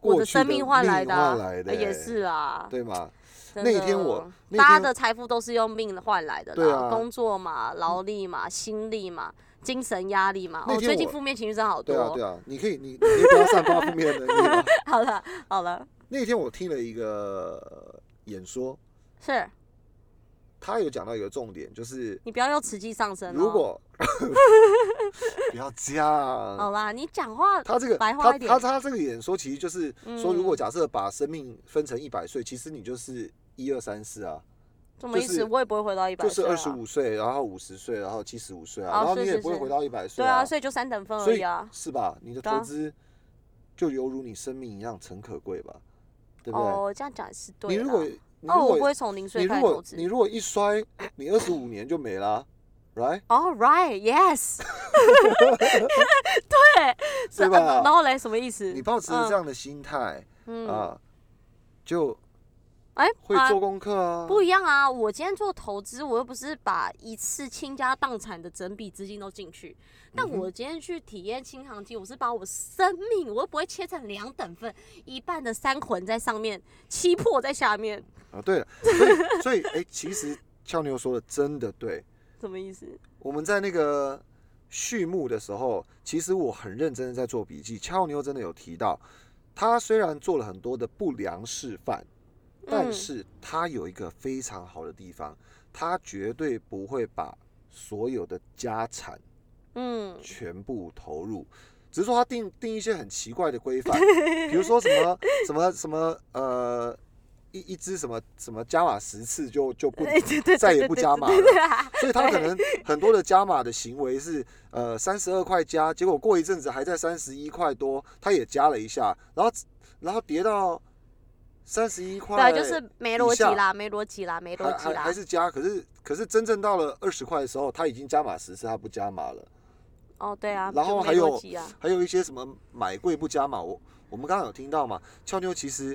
Speaker 2: 我
Speaker 1: 过去
Speaker 2: 生命换来
Speaker 1: 的
Speaker 2: 的
Speaker 1: 命
Speaker 2: 啊，
Speaker 1: 换来的
Speaker 2: 呃
Speaker 1: 欸
Speaker 2: 也是啊。
Speaker 1: 对吗？
Speaker 2: 真
Speaker 1: 那一天
Speaker 2: 的
Speaker 1: 我那
Speaker 2: 大家
Speaker 1: 天
Speaker 2: 的财富都是用命换来的
Speaker 1: 对
Speaker 2: 啦，
Speaker 1: 啊
Speaker 2: 工作嘛、劳力嘛、心力嘛、精神压力嘛。
Speaker 1: 那
Speaker 2: 哦，
Speaker 1: 天
Speaker 2: 最近
Speaker 1: 我
Speaker 2: 负面情绪真的好多。哦
Speaker 1: 对啊，对啊，你可以，你你也不要散发负面能力嘛。
Speaker 2: 好了好了，
Speaker 1: 啊 那天我听了一个演说，
Speaker 2: 是
Speaker 1: 他有讲到一个重点，就是
Speaker 2: 你不要用词句上升、哦。
Speaker 1: 如果 不要这样，
Speaker 2: 好啦，你讲话
Speaker 1: 他这个
Speaker 2: 白
Speaker 1: 他
Speaker 2: 话一点
Speaker 1: 他他这个演说其实就是说，如果
Speaker 2: 嗯
Speaker 1: 假设把生命分成一百岁，其实你就是一二三四啊，
Speaker 2: 什么意
Speaker 1: 就
Speaker 2: 思？
Speaker 1: 是
Speaker 2: 我也不会回到一百、啊，
Speaker 1: 就是二十。五岁，然后五十岁，然后七十五岁啊，
Speaker 2: 哦
Speaker 1: 然后
Speaker 2: 是
Speaker 1: 你也
Speaker 2: 是
Speaker 1: 不会
Speaker 2: 是
Speaker 1: 回到一百岁
Speaker 2: 对啊，所以就三等分而
Speaker 1: 所以
Speaker 2: 已啊。
Speaker 1: 是吧？你的
Speaker 2: 对啊
Speaker 1: 投资就犹如你生命一样诚可贵吧，对不对？
Speaker 2: 哦，这样讲也是对
Speaker 1: 你
Speaker 2: 的。
Speaker 1: 如果你如
Speaker 2: 哦，我不
Speaker 1: 果、
Speaker 2: 会从零
Speaker 1: 你
Speaker 2: 岁
Speaker 1: 如
Speaker 2: 开始投
Speaker 1: 果
Speaker 2: 资
Speaker 1: 你。如果一摔，你二十五年就没啦、right？
Speaker 2: All right, yes 对。是
Speaker 1: 对吧
Speaker 2: 啊然后嘞，什么意思？
Speaker 1: 你保持着这样的心态、
Speaker 2: 嗯，嗯，
Speaker 1: 啊，就
Speaker 2: 哎、
Speaker 1: 会
Speaker 2: 啊
Speaker 1: 做功课啊。
Speaker 2: 不一样啊！我今天做投资，我又不是把一次倾家荡产的整笔资金都进去。
Speaker 1: 嗯
Speaker 2: 但我今天去体验新航机，我是把我生命，我又不会切成两等份，一半的三魂在上面，七魄在下面，
Speaker 1: 啊，对了，所以所以哎、其实俏妞说的真的对。
Speaker 2: 什么意思？
Speaker 1: 我们在那个序幕的时候，其实我很认真的在做笔记。俏妞真的有提到，他虽然做了很多的不良示范，但是他有一个非常好的地方，他绝对不会把所有的家产
Speaker 2: 嗯，
Speaker 1: 全部投入。只是说他定定一些很奇怪的规 范，比如说什么什么什么呃，一一只什么什么加码十次就就不
Speaker 2: 对对对，
Speaker 1: 再也
Speaker 2: 对
Speaker 1: 不
Speaker 2: 对
Speaker 1: 加
Speaker 2: 对
Speaker 1: 码
Speaker 2: 对
Speaker 1: 了
Speaker 2: 对啊
Speaker 1: 所以他可能很多的加码的行为是，呃，三十二块加，结果过一阵子还在三十一块多，他也加了一下，然后然后跌到三十一块，
Speaker 2: 对啊，就是没逻辑
Speaker 1: 以
Speaker 2: 啦，没逻辑啦，没
Speaker 1: 还
Speaker 2: 逻辑
Speaker 1: 还
Speaker 2: 啦
Speaker 1: 还。是加，可是可是真正到了二十块的时候，他已经加码十次，他不加码了。
Speaker 2: 哦，对啊，
Speaker 1: 然后
Speaker 2: 就
Speaker 1: 还
Speaker 2: 没逻
Speaker 1: 有
Speaker 2: 辑啊，
Speaker 1: 还有一些什么买贵不加码，我我们刚刚有听到嘛，俏妞其实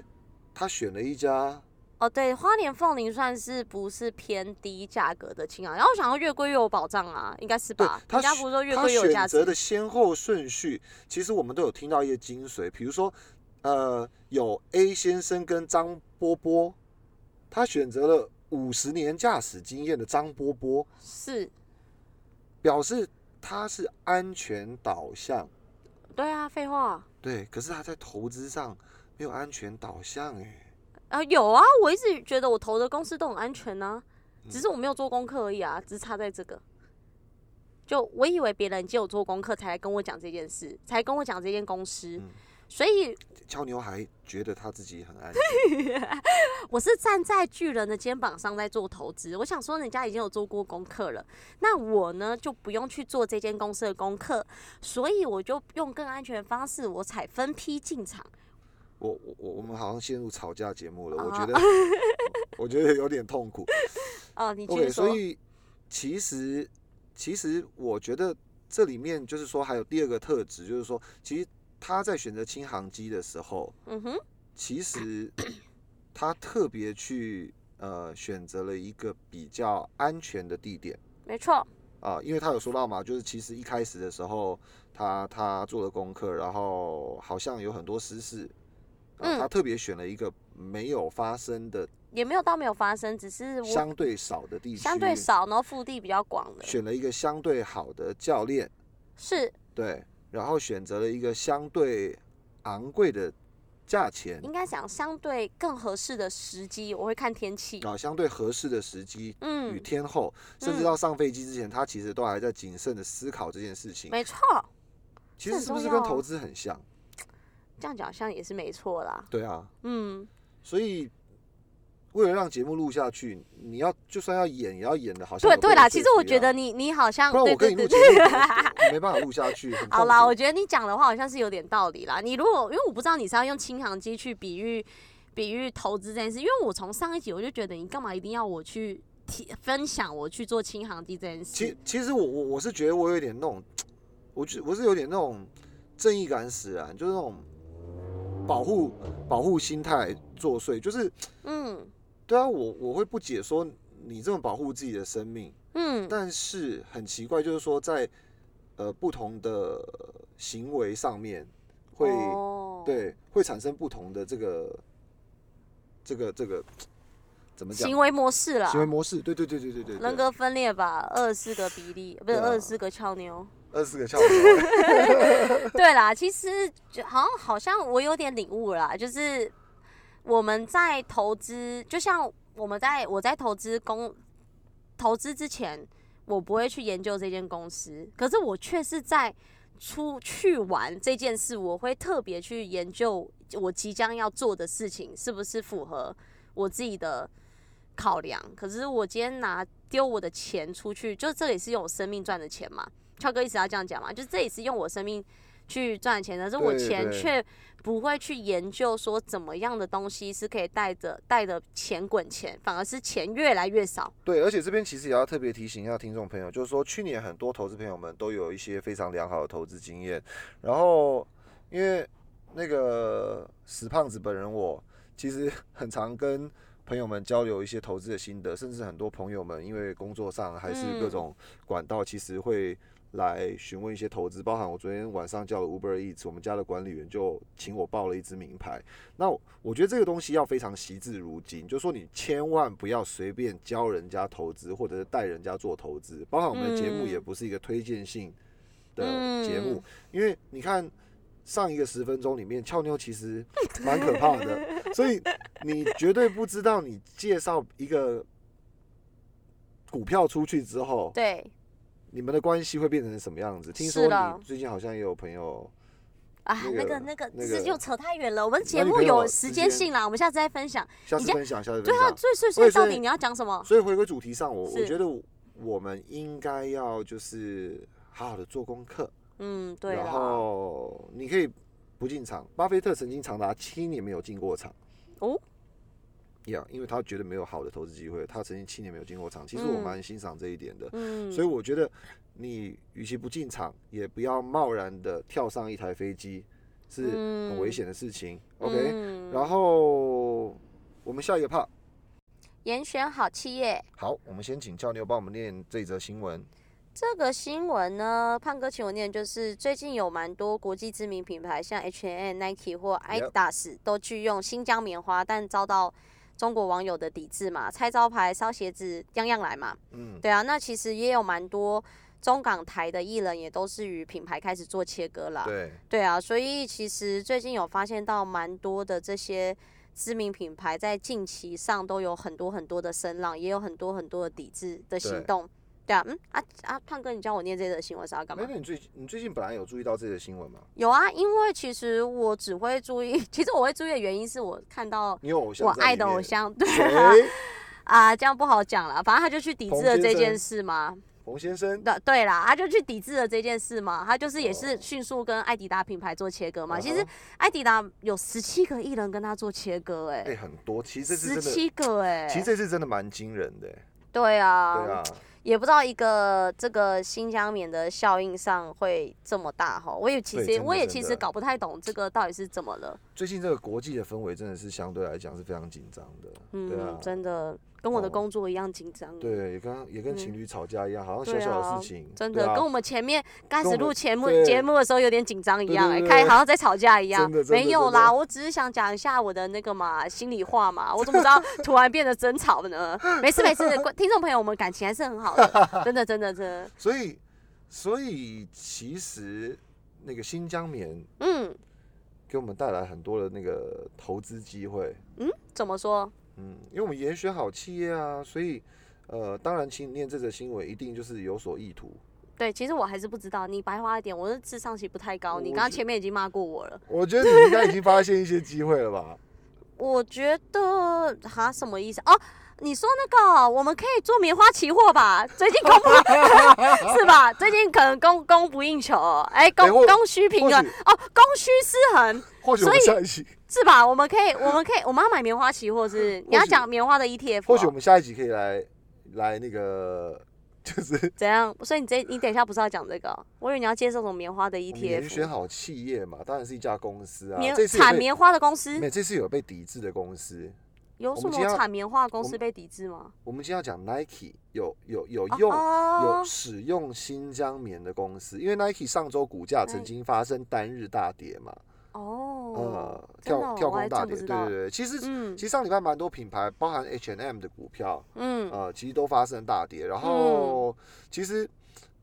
Speaker 1: 她选了一家
Speaker 2: 哦，对，花莲凤梨算是不是偏低价格的青昂？啊然后我想要越贵越有保障啊，应该是
Speaker 1: 对
Speaker 2: 吧？
Speaker 1: 他
Speaker 2: 人家
Speaker 1: 选
Speaker 2: 不是说越
Speaker 1: 他
Speaker 2: 贵越有价
Speaker 1: 选择
Speaker 2: 值？
Speaker 1: 的先后顺序，其实我们都有听到一些精髓，比如说，呃，有 A 先生跟张波波，他选择了五十年驾驶经验的张波波，
Speaker 2: 是，
Speaker 1: 表示他是安全导向，
Speaker 2: 对啊，废话。
Speaker 1: 对，可是他在投资上没有安全导向、欸，哎，
Speaker 2: 啊，有啊，我一直觉得我投的公司都很安全呢、只是我没有做功课而已啊，只差在这个。就我以为别人只有做功课才来跟我讲这件事，才跟我讲这间公司，
Speaker 1: 嗯
Speaker 2: 所以
Speaker 1: 俏妞还觉得他自己很安全，
Speaker 2: 我是站在巨人的肩膀上在做投资。我想说，人家已经有做过功课了，那我呢就不用去做这间公司的功课，所以我就用更安全的方式，我才分批进场。
Speaker 1: 我我我我们好像陷入吵架节目了，我
Speaker 2: 啊
Speaker 1: 觉得我觉得有点痛苦。
Speaker 2: 哦，你继
Speaker 1: OK，
Speaker 2: 续说
Speaker 1: 所以其实其实我觉得这里面就是说还有第二个特质，就是说其实他在选择轻航机的时候，
Speaker 2: 嗯哼，
Speaker 1: 其实他特别去呃选择了一个比较安全的地点
Speaker 2: 没错，
Speaker 1: 啊，因为他有说到嘛，就是其实一开始的时候他他做了功课，然后好像有很多私事，啊，
Speaker 2: 嗯
Speaker 1: 他特别选了一个没有发生的
Speaker 2: 也没有到没有发生，只是我
Speaker 1: 相对少的地区，
Speaker 2: 相对少，然后腹地比较广的，
Speaker 1: 选了一个相对好的教练，
Speaker 2: 是
Speaker 1: 对，然后选择了一个相对昂贵的价钱
Speaker 2: 应该讲相对更合适的时机，我会看天气。
Speaker 1: 啊，相对合适的时机与
Speaker 2: 嗯，
Speaker 1: 天候，甚至
Speaker 2: 嗯
Speaker 1: 到上飞机之前，他其实都还在谨慎的思考这件事情。
Speaker 2: 嗯没错，
Speaker 1: 其实
Speaker 2: 这很
Speaker 1: 是不
Speaker 2: 重
Speaker 1: 是跟
Speaker 2: 要
Speaker 1: 投
Speaker 2: 啊
Speaker 1: 资很像？
Speaker 2: 这样讲好像也是没错啦。
Speaker 1: 对啊，
Speaker 2: 嗯，
Speaker 1: 所以为了让节目录下去，你要就算要演，也要演的好像
Speaker 2: 对
Speaker 1: 有被
Speaker 2: 对
Speaker 1: 说
Speaker 2: 啦，其实
Speaker 1: 服
Speaker 2: 我
Speaker 1: 一
Speaker 2: 觉得
Speaker 1: 样，
Speaker 2: 你你好像
Speaker 1: 啊不然
Speaker 2: 对
Speaker 1: 我跟
Speaker 2: 对
Speaker 1: 你
Speaker 2: 对
Speaker 1: 录节
Speaker 2: 对。
Speaker 1: 目 我，我没办法录下去，很
Speaker 2: 好
Speaker 1: 痛
Speaker 2: 啦，
Speaker 1: 苦
Speaker 2: 我觉得你讲的话好像是有点道理啦。你如果因为我不知道你是要用轻航机去比喻比喻投资这件事，因为我从上一集我就觉得你干嘛一定要我去提分享我去做轻航机这件
Speaker 1: 其
Speaker 2: 事？
Speaker 1: 其实我我我是觉得我有点那种，我觉我是有点那种正义感使然，就是那种保护保护心态作祟。就是
Speaker 2: 嗯
Speaker 1: 对啊，我我会不解说你这么保护自己的生命，
Speaker 2: 嗯，
Speaker 1: 但是很奇怪，就是说在呃不同的行为上面会、
Speaker 2: 哦
Speaker 1: 对会产生不同的这个这个这个怎么讲
Speaker 2: 行为啊模式啦
Speaker 1: 行，为模式？对对对对对对对，
Speaker 2: 人格分裂吧，二十四个比例不
Speaker 1: 对
Speaker 2: 是
Speaker 1: 啊
Speaker 2: 二十四个俏妞。
Speaker 1: 二十个哦窍门。
Speaker 2: 对啦，其实就好像好像我有点领悟啦，就是我们在投资，就像我们在我在投资公投资之前，我不会去研究这间公司，可是我却是在出去玩这件事，我会特别去研究我即将要做的事情是不是符合我自己的考量。可是我今天拿丢我的钱出去，就这也是用我生命赚的钱嘛。俏哥一直要这样讲嘛，就这也是用我生命去赚钱的，可是我
Speaker 1: 对
Speaker 2: 钱
Speaker 1: 对
Speaker 2: 却不会去研究说怎么样的东西是可以带着带着钱滚钱，反而是钱越来越少。
Speaker 1: 对，而且这边其实也要特别提醒一下听众朋友，就是说去年很多投资朋友们都有一些非常良好的投资经验，然后因为那个死胖子本人我其实很常跟朋友们交流一些投资的心得，甚至很多朋友们因为工作上还是各
Speaker 2: 嗯
Speaker 1: 种管道，其实会。来询问一些投资，包含我昨天晚上叫了 Uber Eats，我们家的管理员就请我报了一支名牌。那我我觉得这个东西要非常惜字如金，就说你千万不要随便教人家投资，或者是带人家做投资。包含我们的节目
Speaker 2: 嗯
Speaker 1: 也不是一个推荐性的节目，
Speaker 2: 嗯
Speaker 1: 因为你看上一个十分钟里面，俏妞其实蛮可怕的，所以你绝对不知道你介绍一个股票出去之后，
Speaker 2: 对，
Speaker 1: 你们的关系会变成什么样子。听
Speaker 2: 是
Speaker 1: 说
Speaker 2: 啦
Speaker 1: 你最近好像也有朋友。
Speaker 2: 啊，
Speaker 1: 那
Speaker 2: 那
Speaker 1: 个
Speaker 2: 个那个，
Speaker 1: 那
Speaker 2: 这
Speaker 1: 个
Speaker 2: 又扯太远了。我们节
Speaker 1: 那你
Speaker 2: 目
Speaker 1: 朋友
Speaker 2: 有时
Speaker 1: 时
Speaker 2: 间
Speaker 1: 间
Speaker 2: 性啦，我们下次再分享。
Speaker 1: 下次
Speaker 2: 你这
Speaker 1: 分享，下次分
Speaker 2: 对啊
Speaker 1: 享，。
Speaker 2: 所以所以
Speaker 1: 我
Speaker 2: 所
Speaker 1: 也
Speaker 2: 以到
Speaker 1: 是
Speaker 2: 底你要讲什么？
Speaker 1: 所以回归主题上，我我
Speaker 2: 是
Speaker 1: 觉得我们应该要就是好好的做功课，
Speaker 2: 嗯，对
Speaker 1: 然
Speaker 2: 了，
Speaker 1: 后你可以不进场。巴菲特曾经长达七年没有进过场
Speaker 2: 哦，
Speaker 1: 呀因为他觉得没有好的投资机会，他曾经七年没有进过场。其实我
Speaker 2: 嗯
Speaker 1: 蛮欣赏这一点的，
Speaker 2: 嗯，
Speaker 1: 所以我觉得你与其不进场，也不要贸然的跳上一台飞机，是很危
Speaker 2: 嗯
Speaker 1: 险的事情。OK，
Speaker 2: 嗯
Speaker 1: 然后我们下一个 part
Speaker 2: 严选好企业。
Speaker 1: 好，我们先请俏妞帮我们念这则新闻。
Speaker 2: 这个新闻呢，胖哥请我念，就是最近有蛮多国际知名品牌，像 H&M、Nike 或
Speaker 1: Yep
Speaker 2: Adidas 都拒用新疆棉花，但遭到中国网友的抵制嘛，拆招牌、烧鞋子，样样来嘛。
Speaker 1: 嗯，
Speaker 2: 对啊，那其实也有蛮多中港台的艺人也都是与品牌开始做切割啦。
Speaker 1: 对，
Speaker 2: 对啊，所以其实最近有发现到蛮多的这些知名品牌在近期上都有很多很多的声浪，也有很多很多的抵制的行
Speaker 1: 对
Speaker 2: 动。对啊，嗯啊啊，胖哥，你叫我念这则新闻是要干
Speaker 1: 哎那
Speaker 2: 嘛？
Speaker 1: 那你最你最近本来有注意到这则新闻吗？
Speaker 2: 有啊，因为其实我只会注意， 其实我会注意的原因是我看到
Speaker 1: 你有偶像
Speaker 2: 我
Speaker 1: 在里
Speaker 2: 爱的
Speaker 1: 面
Speaker 2: 偶像， 对啊
Speaker 1: 谁？
Speaker 2: 啊，这样不好讲啦，反正他就去抵制
Speaker 1: 彭
Speaker 2: 了
Speaker 1: 先
Speaker 2: 这件
Speaker 1: 生
Speaker 2: 事嘛。
Speaker 1: 冯先生，
Speaker 2: 对对啦，他就去抵制了这件事嘛，他就是也是
Speaker 1: 哦
Speaker 2: 迅速跟艾迪达品牌做切割嘛。
Speaker 1: 嗯哼
Speaker 2: 其实艾迪达有十七个艺人跟他做切割、
Speaker 1: 哎、
Speaker 2: 哎、
Speaker 1: 很多，其实这
Speaker 2: 十
Speaker 1: 次真的，
Speaker 2: 七个、
Speaker 1: 其实
Speaker 2: 哎，
Speaker 1: 这次真的蛮惊人的、
Speaker 2: 对啊，
Speaker 1: 对啊，
Speaker 2: 也不知道一个这个新疆棉的效应上会这么大哈。我也其
Speaker 1: 对
Speaker 2: 实
Speaker 1: 真的
Speaker 2: 我也
Speaker 1: 真
Speaker 2: 其实
Speaker 1: 的
Speaker 2: 搞不太懂这个到底是怎么了，
Speaker 1: 最近这个国际的氛围真的是相对来讲是非常紧张的，对
Speaker 2: 嗯，
Speaker 1: 啊，
Speaker 2: 真的跟我的
Speaker 1: 哦
Speaker 2: 工作一样紧张，
Speaker 1: 对，也跟也跟情侣吵架一样，好像小
Speaker 2: 嗯对
Speaker 1: 小
Speaker 2: 啊
Speaker 1: 的事情，
Speaker 2: 真
Speaker 1: 对
Speaker 2: 的
Speaker 1: 啊
Speaker 2: 跟我们前面开始
Speaker 1: 跟我
Speaker 2: 录
Speaker 1: 们
Speaker 2: 节目
Speaker 1: 对
Speaker 2: 节目的时候有点紧张一
Speaker 1: 对
Speaker 2: 样，哎，
Speaker 1: 对对
Speaker 2: 开
Speaker 1: 对
Speaker 2: 好像在吵架一样
Speaker 1: 真的，真的
Speaker 2: 没有
Speaker 1: 真
Speaker 2: 啦，
Speaker 1: 的
Speaker 2: 我只是想讲一下我的那个嘛心里话嘛，我怎么 知道突然变得争吵呢？没事没事，观听众朋友，我们感情还是很 好的，真的真的真的，
Speaker 1: 所以所以其实那个新疆棉
Speaker 2: 嗯
Speaker 1: 给我们带来很多的那个投资机会，
Speaker 2: 嗯，怎么说？
Speaker 1: 嗯，因为我们严选好企业啊，所以呃，当然，请你念这则新闻一定就是有所意图。
Speaker 2: 对，其实我还是不知道，你白话一点，我的智商其实不太高，你
Speaker 1: 我
Speaker 2: 刚刚
Speaker 1: 觉
Speaker 2: 前面已经骂过我了。
Speaker 1: 我觉得你应该已经发现一些机会了 吧？
Speaker 2: 我觉得哈什么意思？哦，你说那个我们可以做棉花期货吧？ 最近供不是吧？最近可能供供不应求，哎、供、
Speaker 1: 哎或
Speaker 2: 供需平衡
Speaker 1: 或许
Speaker 2: 哦，供需失衡
Speaker 1: 或许我们
Speaker 2: 所
Speaker 1: 下一期，
Speaker 2: 是吧？我们可以，我们可以，我们要买棉花期货是？你要
Speaker 1: 或许
Speaker 2: 讲棉花的 ETF，、哦、
Speaker 1: 或许我们下一集可以来来那个， 就是
Speaker 2: 怎样？所以你这你等一下不是要讲这个哦？我以为你要介绍什么棉花的
Speaker 1: 我们严
Speaker 2: ETF，
Speaker 1: 选好企业嘛，当然是一家公司啊。
Speaker 2: 棉
Speaker 1: 这次有
Speaker 2: 产
Speaker 1: 被
Speaker 2: 棉花的公司
Speaker 1: 没有这次有被抵制的公司，
Speaker 2: 有
Speaker 1: 我
Speaker 2: 什
Speaker 1: 们今天
Speaker 2: 么
Speaker 1: 要
Speaker 2: 产棉花的公
Speaker 1: 我
Speaker 2: 司
Speaker 1: 们
Speaker 2: 被抵制吗？
Speaker 1: 我们今天要讲 Nike 有有有
Speaker 2: 哦
Speaker 1: 用、
Speaker 2: 哦
Speaker 1: 有使用新疆棉的公司，因为 Nike 上周股价曾经发生单日大跌嘛，
Speaker 2: 哎哦
Speaker 1: 呃，，
Speaker 2: 真的
Speaker 1: 跳
Speaker 2: 哦
Speaker 1: 跳
Speaker 2: 我还
Speaker 1: 空大跌，对
Speaker 2: 真不知
Speaker 1: 对
Speaker 2: 道。
Speaker 1: 对。其实、
Speaker 2: 嗯
Speaker 1: 其实上礼拜蛮多品牌，包含 H&M 的股票，
Speaker 2: 嗯，
Speaker 1: 呃，其实都发生大跌。然后、其实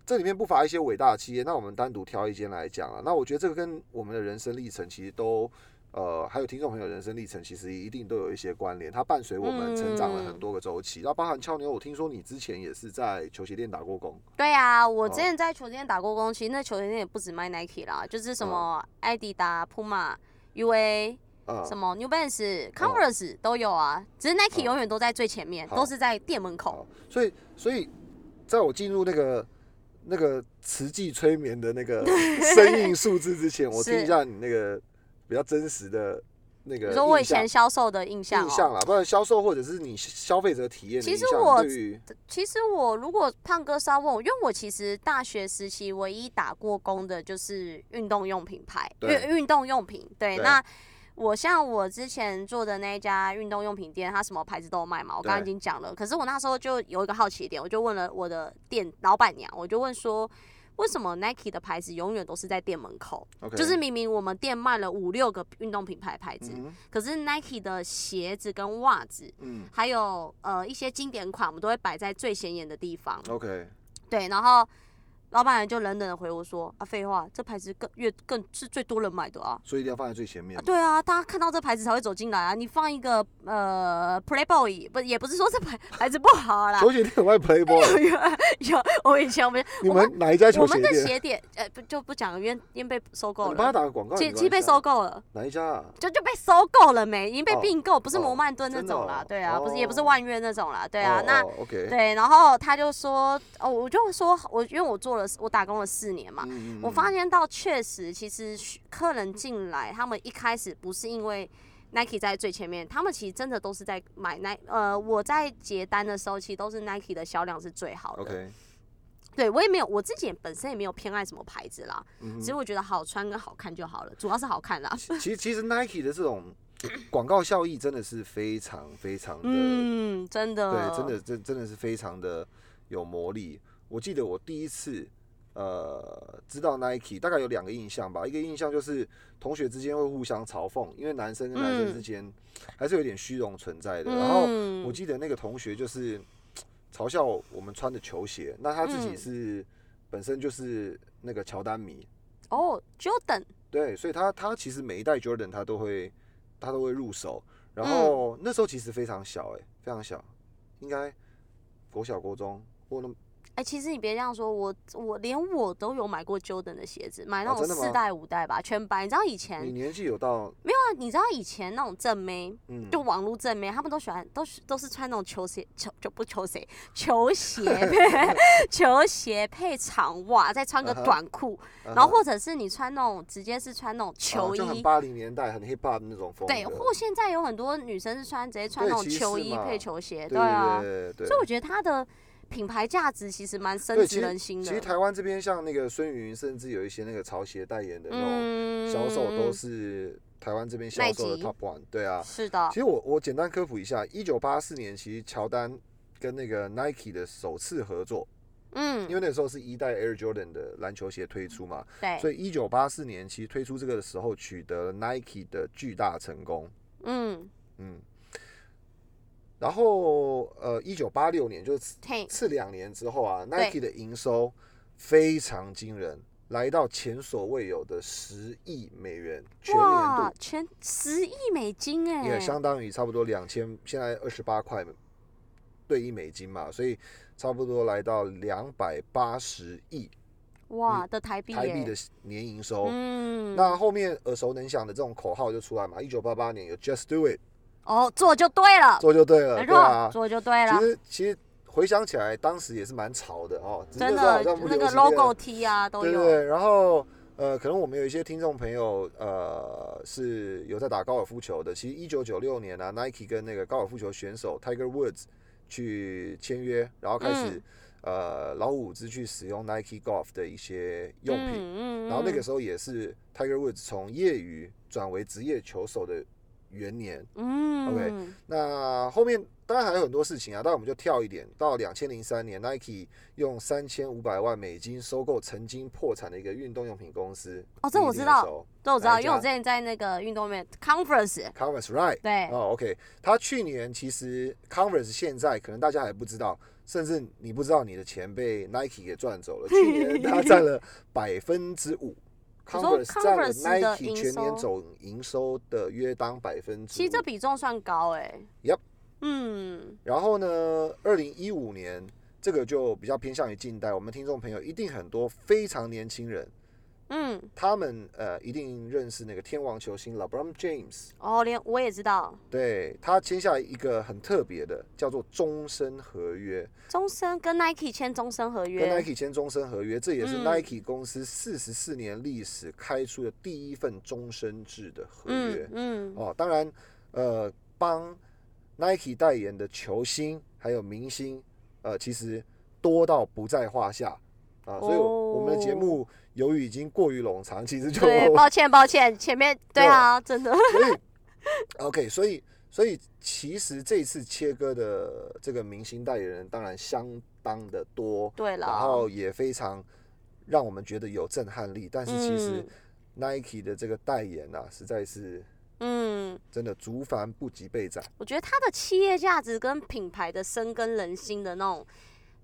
Speaker 1: 这里面不乏一些伟大的企业，那我们单独挑一间来讲啊。那我觉得这个跟我们的人生历程其实都。呃，还有听众朋友人生历程，其实一定都有一些关联，它伴随我们成长了很
Speaker 2: 嗯
Speaker 1: 多个周期。那、包含俏妞，我听说你之前也是在球鞋店打过工，
Speaker 2: 对啊，我之
Speaker 1: 哦
Speaker 2: 前在球鞋店打过工，其实那球鞋店也不止卖 Nike 啦，就是什
Speaker 1: 嗯
Speaker 2: 么艾迪达、Puma、UA、
Speaker 1: 呃，
Speaker 2: 什么 New
Speaker 1: 哦
Speaker 2: Balance、Converse 都有啊，只是 Nike
Speaker 1: 嗯
Speaker 2: 永远都在最前面，
Speaker 1: 好
Speaker 2: 都是在店门口
Speaker 1: 好。所以，所以在我进入那个那个磁剂催眠的那 个生硬数字之前，我
Speaker 2: 是
Speaker 1: 听一下你那个比较真实的那个
Speaker 2: 你说我以
Speaker 1: 印象
Speaker 2: 前销售的印象
Speaker 1: 印象
Speaker 2: 哦，
Speaker 1: 啦，不然销售或者是你消费者体验的
Speaker 2: 其
Speaker 1: 印
Speaker 2: 实
Speaker 1: 象，
Speaker 2: 我
Speaker 1: 对于
Speaker 2: 其实我如果胖哥是要问我，因为我其实大学时期唯一打过工的就是运动用品牌，运
Speaker 1: 对
Speaker 2: 运动用品。对，
Speaker 1: 对
Speaker 2: 那我像我之前做的那一家运动用品店，它什么牌子都有卖嘛，我刚刚已
Speaker 1: 对
Speaker 2: 经讲了。可是我那时候就有一个好奇点，我就问了我的店老板娘，我就问说。为什么 Nike 的牌子永远都是在店门口
Speaker 1: OK，
Speaker 2: 就是明明我们店卖了五六个运动品牌牌子，
Speaker 1: 嗯
Speaker 2: 可是 Nike 的鞋子跟袜子
Speaker 1: 嗯
Speaker 2: 还有呃一些经典款，我们都会摆在最显眼的地方。
Speaker 1: ，OK，
Speaker 2: 对，然后老板娘就冷冷的回我说：“啊，废话，这牌子更越更是最多人买的啊。
Speaker 1: 所以一定要放在最前面
Speaker 2: 啊”。对啊，大家看到这牌子才会走进来啊！你放一个呃 Playboy，不也不是说这牌牌子不好 啦。
Speaker 1: 球鞋店有卖 Playboy，
Speaker 2: 有我以前我们
Speaker 1: 你们哪一家
Speaker 2: 我
Speaker 1: 球鞋
Speaker 2: 们的
Speaker 1: 店？哦
Speaker 2: 鞋点呃不就不讲了，因为因为被收购
Speaker 1: 你帮他
Speaker 2: 了，
Speaker 1: 打个广告，
Speaker 2: 其
Speaker 1: 你
Speaker 2: 其实被
Speaker 1: 帮他
Speaker 2: 收购了。
Speaker 1: 哪一家啊？
Speaker 2: 就就被收购了没？已经被
Speaker 1: 哦
Speaker 2: 并购，不是
Speaker 1: 哦
Speaker 2: 摩曼顿那
Speaker 1: 真的
Speaker 2: 种啦，
Speaker 1: 哦
Speaker 2: 对啊，不是也不是
Speaker 1: 哦
Speaker 2: 万悦那种啦，对啊。
Speaker 1: 哦
Speaker 2: 那
Speaker 1: 哦 OK，
Speaker 2: 对，然后他就说，哦，我就说，我因为我做了，我打工了四年嘛，
Speaker 1: 嗯，嗯
Speaker 2: 我
Speaker 1: 嗯
Speaker 2: 发现到确实，其实需客人进来，他们一开始不是因为 Nike 在最前面，他们其实真的都是在买 Nike，呃，我在结单的时候，其实都是 Nike 的销量是最好的。
Speaker 1: OK，嗯
Speaker 2: 对我也没有，我自己也本身也没有偏爱什么牌子啦，
Speaker 1: 嗯哼
Speaker 2: 只是我觉得好穿跟好看就好了，主要是好看啦。
Speaker 1: 其实其实 Nike 的这种广告效益真的是非常非常的，
Speaker 2: 嗯，真的，
Speaker 1: 对，真的，真真的是非常的有魔力。我记得我第一次呃知道 Nike，大概有两个印象吧，一个印象就是同学之间会互相嘲讽，因为男生跟男生之
Speaker 2: 嗯
Speaker 1: 间还是有点虚荣存在的。
Speaker 2: 嗯，
Speaker 1: 然后我记得那个同学就是嘲笑我们穿的球鞋，那他自己
Speaker 2: 嗯
Speaker 1: 是、本身就是那个乔丹迷，
Speaker 2: 哦，Jordan，
Speaker 1: 对，所以他他其实每一代 Jordan 他都会他都会入手，然
Speaker 2: 嗯
Speaker 1: 后、那时候其实非常小、欸，非常小，应该国小国中或那么
Speaker 2: 哎、其实你别这样说，我我连我都有买过 Jordan 的鞋子，买那
Speaker 1: 哦
Speaker 2: 种
Speaker 1: 真的吗嗯
Speaker 2: 四代五代吧，全白。你知道以前
Speaker 1: 你年纪有到
Speaker 2: 没有啊？你知道以前那种正妹，
Speaker 1: 嗯，
Speaker 2: 就网络正妹，他们都喜欢，都是都是穿那种球鞋，球就不球鞋，球 鞋配球鞋配长袜，再穿个
Speaker 1: 啊哈
Speaker 2: 短裤，
Speaker 1: 然
Speaker 2: 然后或者是你穿那种直接是穿那种球
Speaker 1: 哦就很
Speaker 2: 衣，
Speaker 1: 八零年代很 hip hop 那种风格，
Speaker 2: 对，或现在有很多女生是穿直接穿
Speaker 1: 对
Speaker 2: 那种
Speaker 1: 其实
Speaker 2: 球衣
Speaker 1: 嘛
Speaker 2: 配球鞋，
Speaker 1: 对
Speaker 2: 对啊，
Speaker 1: 对对
Speaker 2: 所以我
Speaker 1: 对。
Speaker 2: 觉得它的品牌价值其实蛮深
Speaker 1: 对
Speaker 2: 植人心
Speaker 1: 其实
Speaker 2: 的。
Speaker 1: 台湾这边像那个孙云，甚至有一些那个潮鞋代言的那种
Speaker 2: 嗯
Speaker 1: 销售，都是台湾这边销售的
Speaker 2: 耐吉
Speaker 1: top one。对啊，
Speaker 2: 嗯是的
Speaker 1: 其，实我我简单科普一下，一九八四年其实乔丹跟那个 Nike 的首次合作，因
Speaker 2: 嗯，
Speaker 1: 为那时候是一代 Air Jordan 的篮球鞋推出嘛，所
Speaker 2: 对，
Speaker 1: 以一九八四年其实推出这个的时候取得了 Nike 的巨大成功，
Speaker 2: 嗯，
Speaker 1: 嗯，然后呃一九八六年就是次
Speaker 2: 嘿，
Speaker 1: 次两年之后啊
Speaker 2: 对
Speaker 1: ，Nike 的营收非常惊人。来到前所未有的十亿美元，全年度
Speaker 2: 哇，全十亿美金哎、
Speaker 1: 也相当于差不多两千，现在二十八块对一美金嘛，所以差不多来到两百八十亿
Speaker 2: 哇的台币、欸，
Speaker 1: 台币的年营收。
Speaker 2: 嗯，
Speaker 1: 那后面耳熟能详的这种口号就出来嘛，一九八八年有 Just Do It，
Speaker 2: 哦，做就对了，
Speaker 1: 做就对了，
Speaker 2: 没
Speaker 1: 对
Speaker 2: 错，
Speaker 1: 啊。
Speaker 2: 做就对
Speaker 1: 其
Speaker 2: 了，
Speaker 1: 实其实回想起来，当时也是蛮潮的哦，只是
Speaker 2: 真
Speaker 1: 时候好
Speaker 2: 的
Speaker 1: 像不
Speaker 2: 那
Speaker 1: 流
Speaker 2: 个
Speaker 1: 行这
Speaker 2: logo T 啊都
Speaker 1: 对
Speaker 2: 有，
Speaker 1: 对对，然后呃，可能我们有一些听众朋友呃是有在打高尔夫球的。其实一九九六年啊，Nike 跟那个高尔夫球选手 Tiger Woods 去签约，然后开
Speaker 2: 嗯
Speaker 1: 始、呃老虎伍兹去使用 Nike Golf 的一些用品。
Speaker 2: 嗯
Speaker 1: 然后那个
Speaker 2: 嗯
Speaker 1: 时候也是 Tiger Woods 从业余转为职业球手的元年。
Speaker 2: 嗯
Speaker 1: OK，那后面当然还有很多事情啊，但我们就跳一点，到两千零三年，Nike 用三千五百万美金收购曾经破产的一个运动用品公司。
Speaker 2: 哦这我知道这我知
Speaker 1: 哪
Speaker 2: 道，
Speaker 1: 一
Speaker 2: 因为我
Speaker 1: 家
Speaker 2: 之前在那个运动面 conference，
Speaker 1: ，Converse Right。
Speaker 2: 对，
Speaker 1: 哦，OK，他去年其实 Converse 现在可能大家还不知道，甚至你不知道你的钱被 Nike 给赚走 了。去年它占了百分之五
Speaker 2: 你说
Speaker 1: ，Converse 占了
Speaker 2: Converse 的
Speaker 1: Nike
Speaker 2: 营
Speaker 1: 全年
Speaker 2: 收
Speaker 1: 总营收的约当百分之。
Speaker 2: 其实这比重算高哎、欸
Speaker 1: Yup
Speaker 2: 嗯，
Speaker 1: 然后呢，二零一五年这个就比较偏向于近代，我们听众朋友一定很多非常年轻人，
Speaker 2: 嗯，
Speaker 1: 他们呃一定认识那个天王球星 LeBron James，
Speaker 2: 哦，连我也知道，
Speaker 1: 对他签下一个很特别的叫做终身合约，
Speaker 2: 终身跟 Nike 签终身合
Speaker 1: 跟
Speaker 2: 约，
Speaker 1: Nike 签终身合约，这也是
Speaker 2: 嗯
Speaker 1: Nike 公司四十四年历史开出的第一份终身制的合约。
Speaker 2: 嗯嗯，
Speaker 1: 哦，当然，呃，帮 Nike 代言的球星还有明星，呃，其实多到不在话下啊、所以我我们的节
Speaker 2: 哦
Speaker 1: 目由于已经过于冗长，其实 就
Speaker 2: 对，抱歉抱歉，前面对啊， 真的，
Speaker 1: OK，所以所以其实这次切割的这个明星代言人当然相当的多，
Speaker 2: 对了，
Speaker 1: 然后也非常让我们觉得有震撼力，但是其实 Nike 的这个代言啊，实在是
Speaker 2: 嗯。嗯
Speaker 1: 真的竹繁不及被宰。
Speaker 2: 我觉得它的企业价值跟品牌的深耕人心的那种、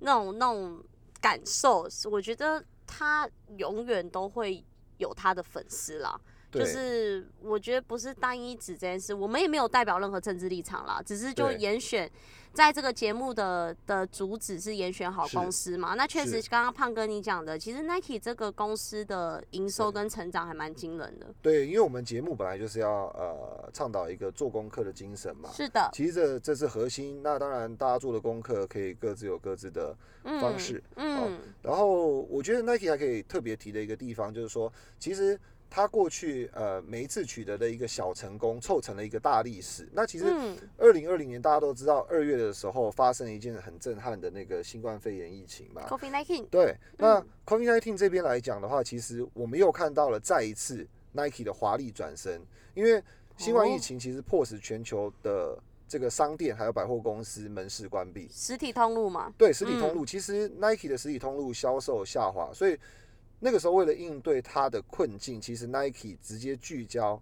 Speaker 2: 那种、那种感受，我觉得它永远都会有它的粉丝啦。
Speaker 1: 对。
Speaker 2: 就是我觉得不是单一指这件事，我们也没有代表任何政治立场啦，只是就
Speaker 1: 对
Speaker 2: 严选在这个节目的的主旨是严选好
Speaker 1: 是
Speaker 2: 公司嘛。那确实，
Speaker 1: 是
Speaker 2: 刚刚胖哥你讲的，其实 Nike 这个公司的营收
Speaker 1: 对
Speaker 2: 跟成长还蛮惊人的。
Speaker 1: 对，因为我们节目本来就是要呃倡导一个做功课的精神嘛。
Speaker 2: 是的，
Speaker 1: 其实这这是核心，那当然大家做的功课可以各自有各自的。
Speaker 2: 嗯，
Speaker 1: 方式
Speaker 2: 嗯，
Speaker 1: 然后我觉得 Nike 还可以特别提的一个地方就是说，其实他过去呃每一次取得的一个小成功，凑成了一个大历史。那其实
Speaker 2: 嗯，
Speaker 1: 二零二零年大家都知道，二月的时候发生了一件很震撼的那个新冠肺炎疫情嘛。
Speaker 2: Coffee Nike，
Speaker 1: 啊对，那
Speaker 2: 嗯
Speaker 1: COVID-19 这边来讲的话，其实我们又看到了再一次 Nike 的华丽转身，因为新冠
Speaker 2: 哦
Speaker 1: 疫情其实迫使全球的这个商店还有百货公司门市关闭，
Speaker 2: 实体通路嘛，
Speaker 1: 对实体通路，其实 Nike 的实体通路销售下滑，所以那个时候为了应对它的困境，其实 Nike 直接聚焦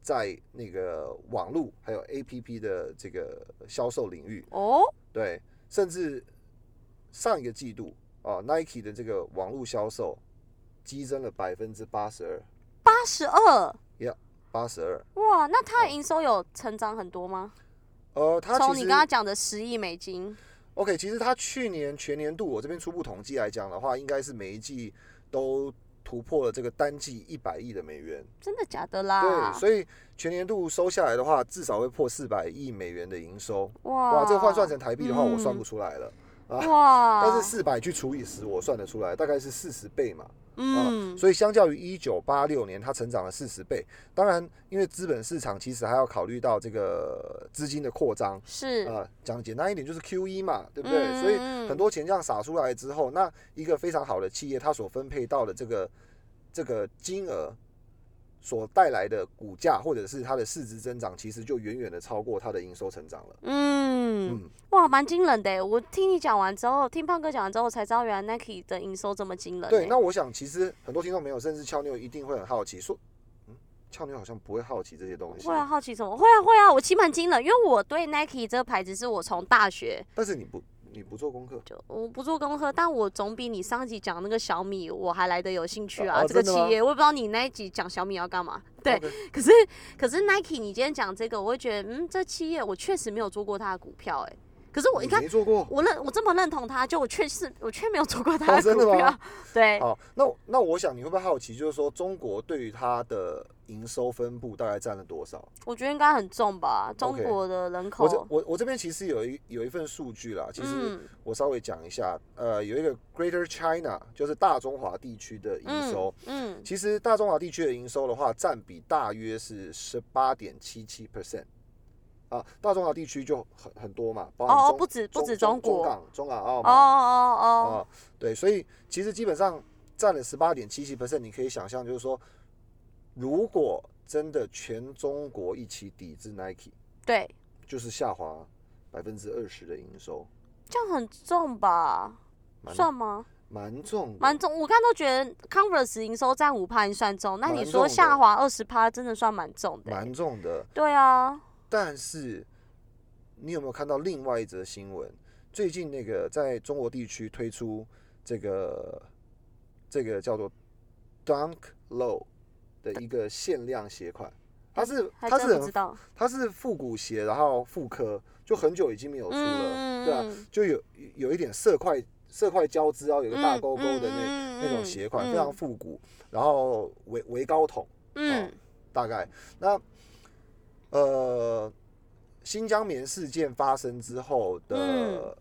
Speaker 1: 在那个网络还有 APP 的这个销售领域，
Speaker 2: 哦，
Speaker 1: 对，甚至上一个季度啊，Nike 的这个网络销售激增了百分之八十二，
Speaker 2: 八十二，
Speaker 1: 八十二。
Speaker 2: 哇，那它的营收有成长很多吗？
Speaker 1: 呃，它
Speaker 2: 从
Speaker 1: 其
Speaker 2: 你
Speaker 1: 实
Speaker 2: 刚刚讲的十亿美金，
Speaker 1: OK，其实它去年全年度我这边初步统计来讲的话，应该是每一季都突破了这个单季一百亿的美元。
Speaker 2: 真的假的啦
Speaker 1: 对，？所以全年度收下来的话，至少会破四百亿美元的营收。
Speaker 2: 哇
Speaker 1: 哇，这换算成台币的话，我算
Speaker 2: 啊嗯
Speaker 1: 不出来了。啊
Speaker 2: 哇，
Speaker 1: 但是四百去除以十，我算得出来，大概是四十倍嘛。
Speaker 2: 嗯，
Speaker 1: 哦所以相较于一九八六年，它成长了四十倍。当然，因为资本市场其实还要考虑到这个资金的扩张。
Speaker 2: 是，
Speaker 1: 啊，讲简单一点就是 Q E 嘛，对不对？所以
Speaker 2: 嗯嗯嗯
Speaker 1: 很多钱这样撒出来之后，那一个非常好的企业，它所分配到的这个这个金额所带来的股价或者是它的市值增长，其实就远远的超过它的营收成长了。
Speaker 2: 嗯，
Speaker 1: 嗯，
Speaker 2: 哇，蛮惊人的耶。我听你讲完之后，听胖哥讲完之后，我才知道原来 Nike 的营收这么惊人耶。欸
Speaker 1: 对。那我想，其实很多听众朋友，甚至俏妞一定会很好奇，说，嗯，俏妞好像不会好奇这些东西
Speaker 2: 会，啊，好奇什么？会啊，会啊，我其实蛮惊人，因为我对 Nike 这个牌子是我从大学
Speaker 1: 但是你不你不做功课，
Speaker 2: 就我不做功课，但我总比你上一集讲那个小米我还来得有兴趣啊。
Speaker 1: 哦
Speaker 2: 这个
Speaker 1: 真
Speaker 2: 企
Speaker 1: 的吗哦
Speaker 2: 业我也不知道你那一集讲小米要干嘛。对
Speaker 1: OK
Speaker 2: 可是可是 Nike 你今天讲这个，我会觉得嗯，这企业我确实没有做过它的股票哎、可是我
Speaker 1: 你
Speaker 2: 你看
Speaker 1: 没做过。
Speaker 2: 我认我这么认同它，就我确实我却没有做过它
Speaker 1: 哦真的
Speaker 2: 股票。
Speaker 1: 吗
Speaker 2: 对，
Speaker 1: 好，哦那我那我想你会不会好奇，就是说中国对于它的营收分布大概占了多少？
Speaker 2: 我觉得应该很重吧，中
Speaker 1: OK
Speaker 2: 国的人口。
Speaker 1: 我这我我这边其实有一有一份数据啦，其实
Speaker 2: 嗯
Speaker 1: 我稍微讲一下，呃，有一个 Greater China 就是大中华地区的营收，
Speaker 2: 嗯，
Speaker 1: 其实大中华地区的营收的话，占比大约是十八点七七 percent。啊，大中华地区就很很多嘛，包含
Speaker 2: 哦哦
Speaker 1: 中
Speaker 2: 不止不止
Speaker 1: 中
Speaker 2: 中
Speaker 1: 中
Speaker 2: 国
Speaker 1: 港、中港澳
Speaker 2: 哦
Speaker 1: 嘛，
Speaker 2: 哦
Speaker 1: 啊、
Speaker 2: 哦，
Speaker 1: 对，所以其实基本上占了十八点七七 percent，你可以想象，就是说，如果真的全中国一起抵制 Nike，
Speaker 2: 对，
Speaker 1: 就是下滑百分之二十的营收，
Speaker 2: 这样很重吧？
Speaker 1: 蛮
Speaker 2: 算吗？
Speaker 1: 蛮重的
Speaker 2: 蛮重，我刚刚都觉得 Converse 营收占五趴，你算重。那你
Speaker 1: 蛮
Speaker 2: 说
Speaker 1: 重的
Speaker 2: 下滑二十趴，真的算蛮重的、欸
Speaker 1: 蛮重的。
Speaker 2: 对啊，
Speaker 1: 但是你有没有看到另外一则新闻？最近那个在中国地区推出这个这个叫做 Dunk Low 的一个限量鞋款，它是
Speaker 2: 还
Speaker 1: 它
Speaker 2: 真
Speaker 1: 是
Speaker 2: 不知
Speaker 1: 很
Speaker 2: 道。
Speaker 1: 它是复古鞋，然后复刻，就很久已经没有出了，
Speaker 2: 嗯
Speaker 1: 对啊，
Speaker 2: 嗯
Speaker 1: 就有有一点色块色块交织，然后有个大勾勾的那
Speaker 2: 嗯
Speaker 1: 那种鞋款，非常哦复古，然后围围高筒，
Speaker 2: 嗯嗯
Speaker 1: 大概那呃新疆棉事件发生之后
Speaker 2: 嗯
Speaker 1: 的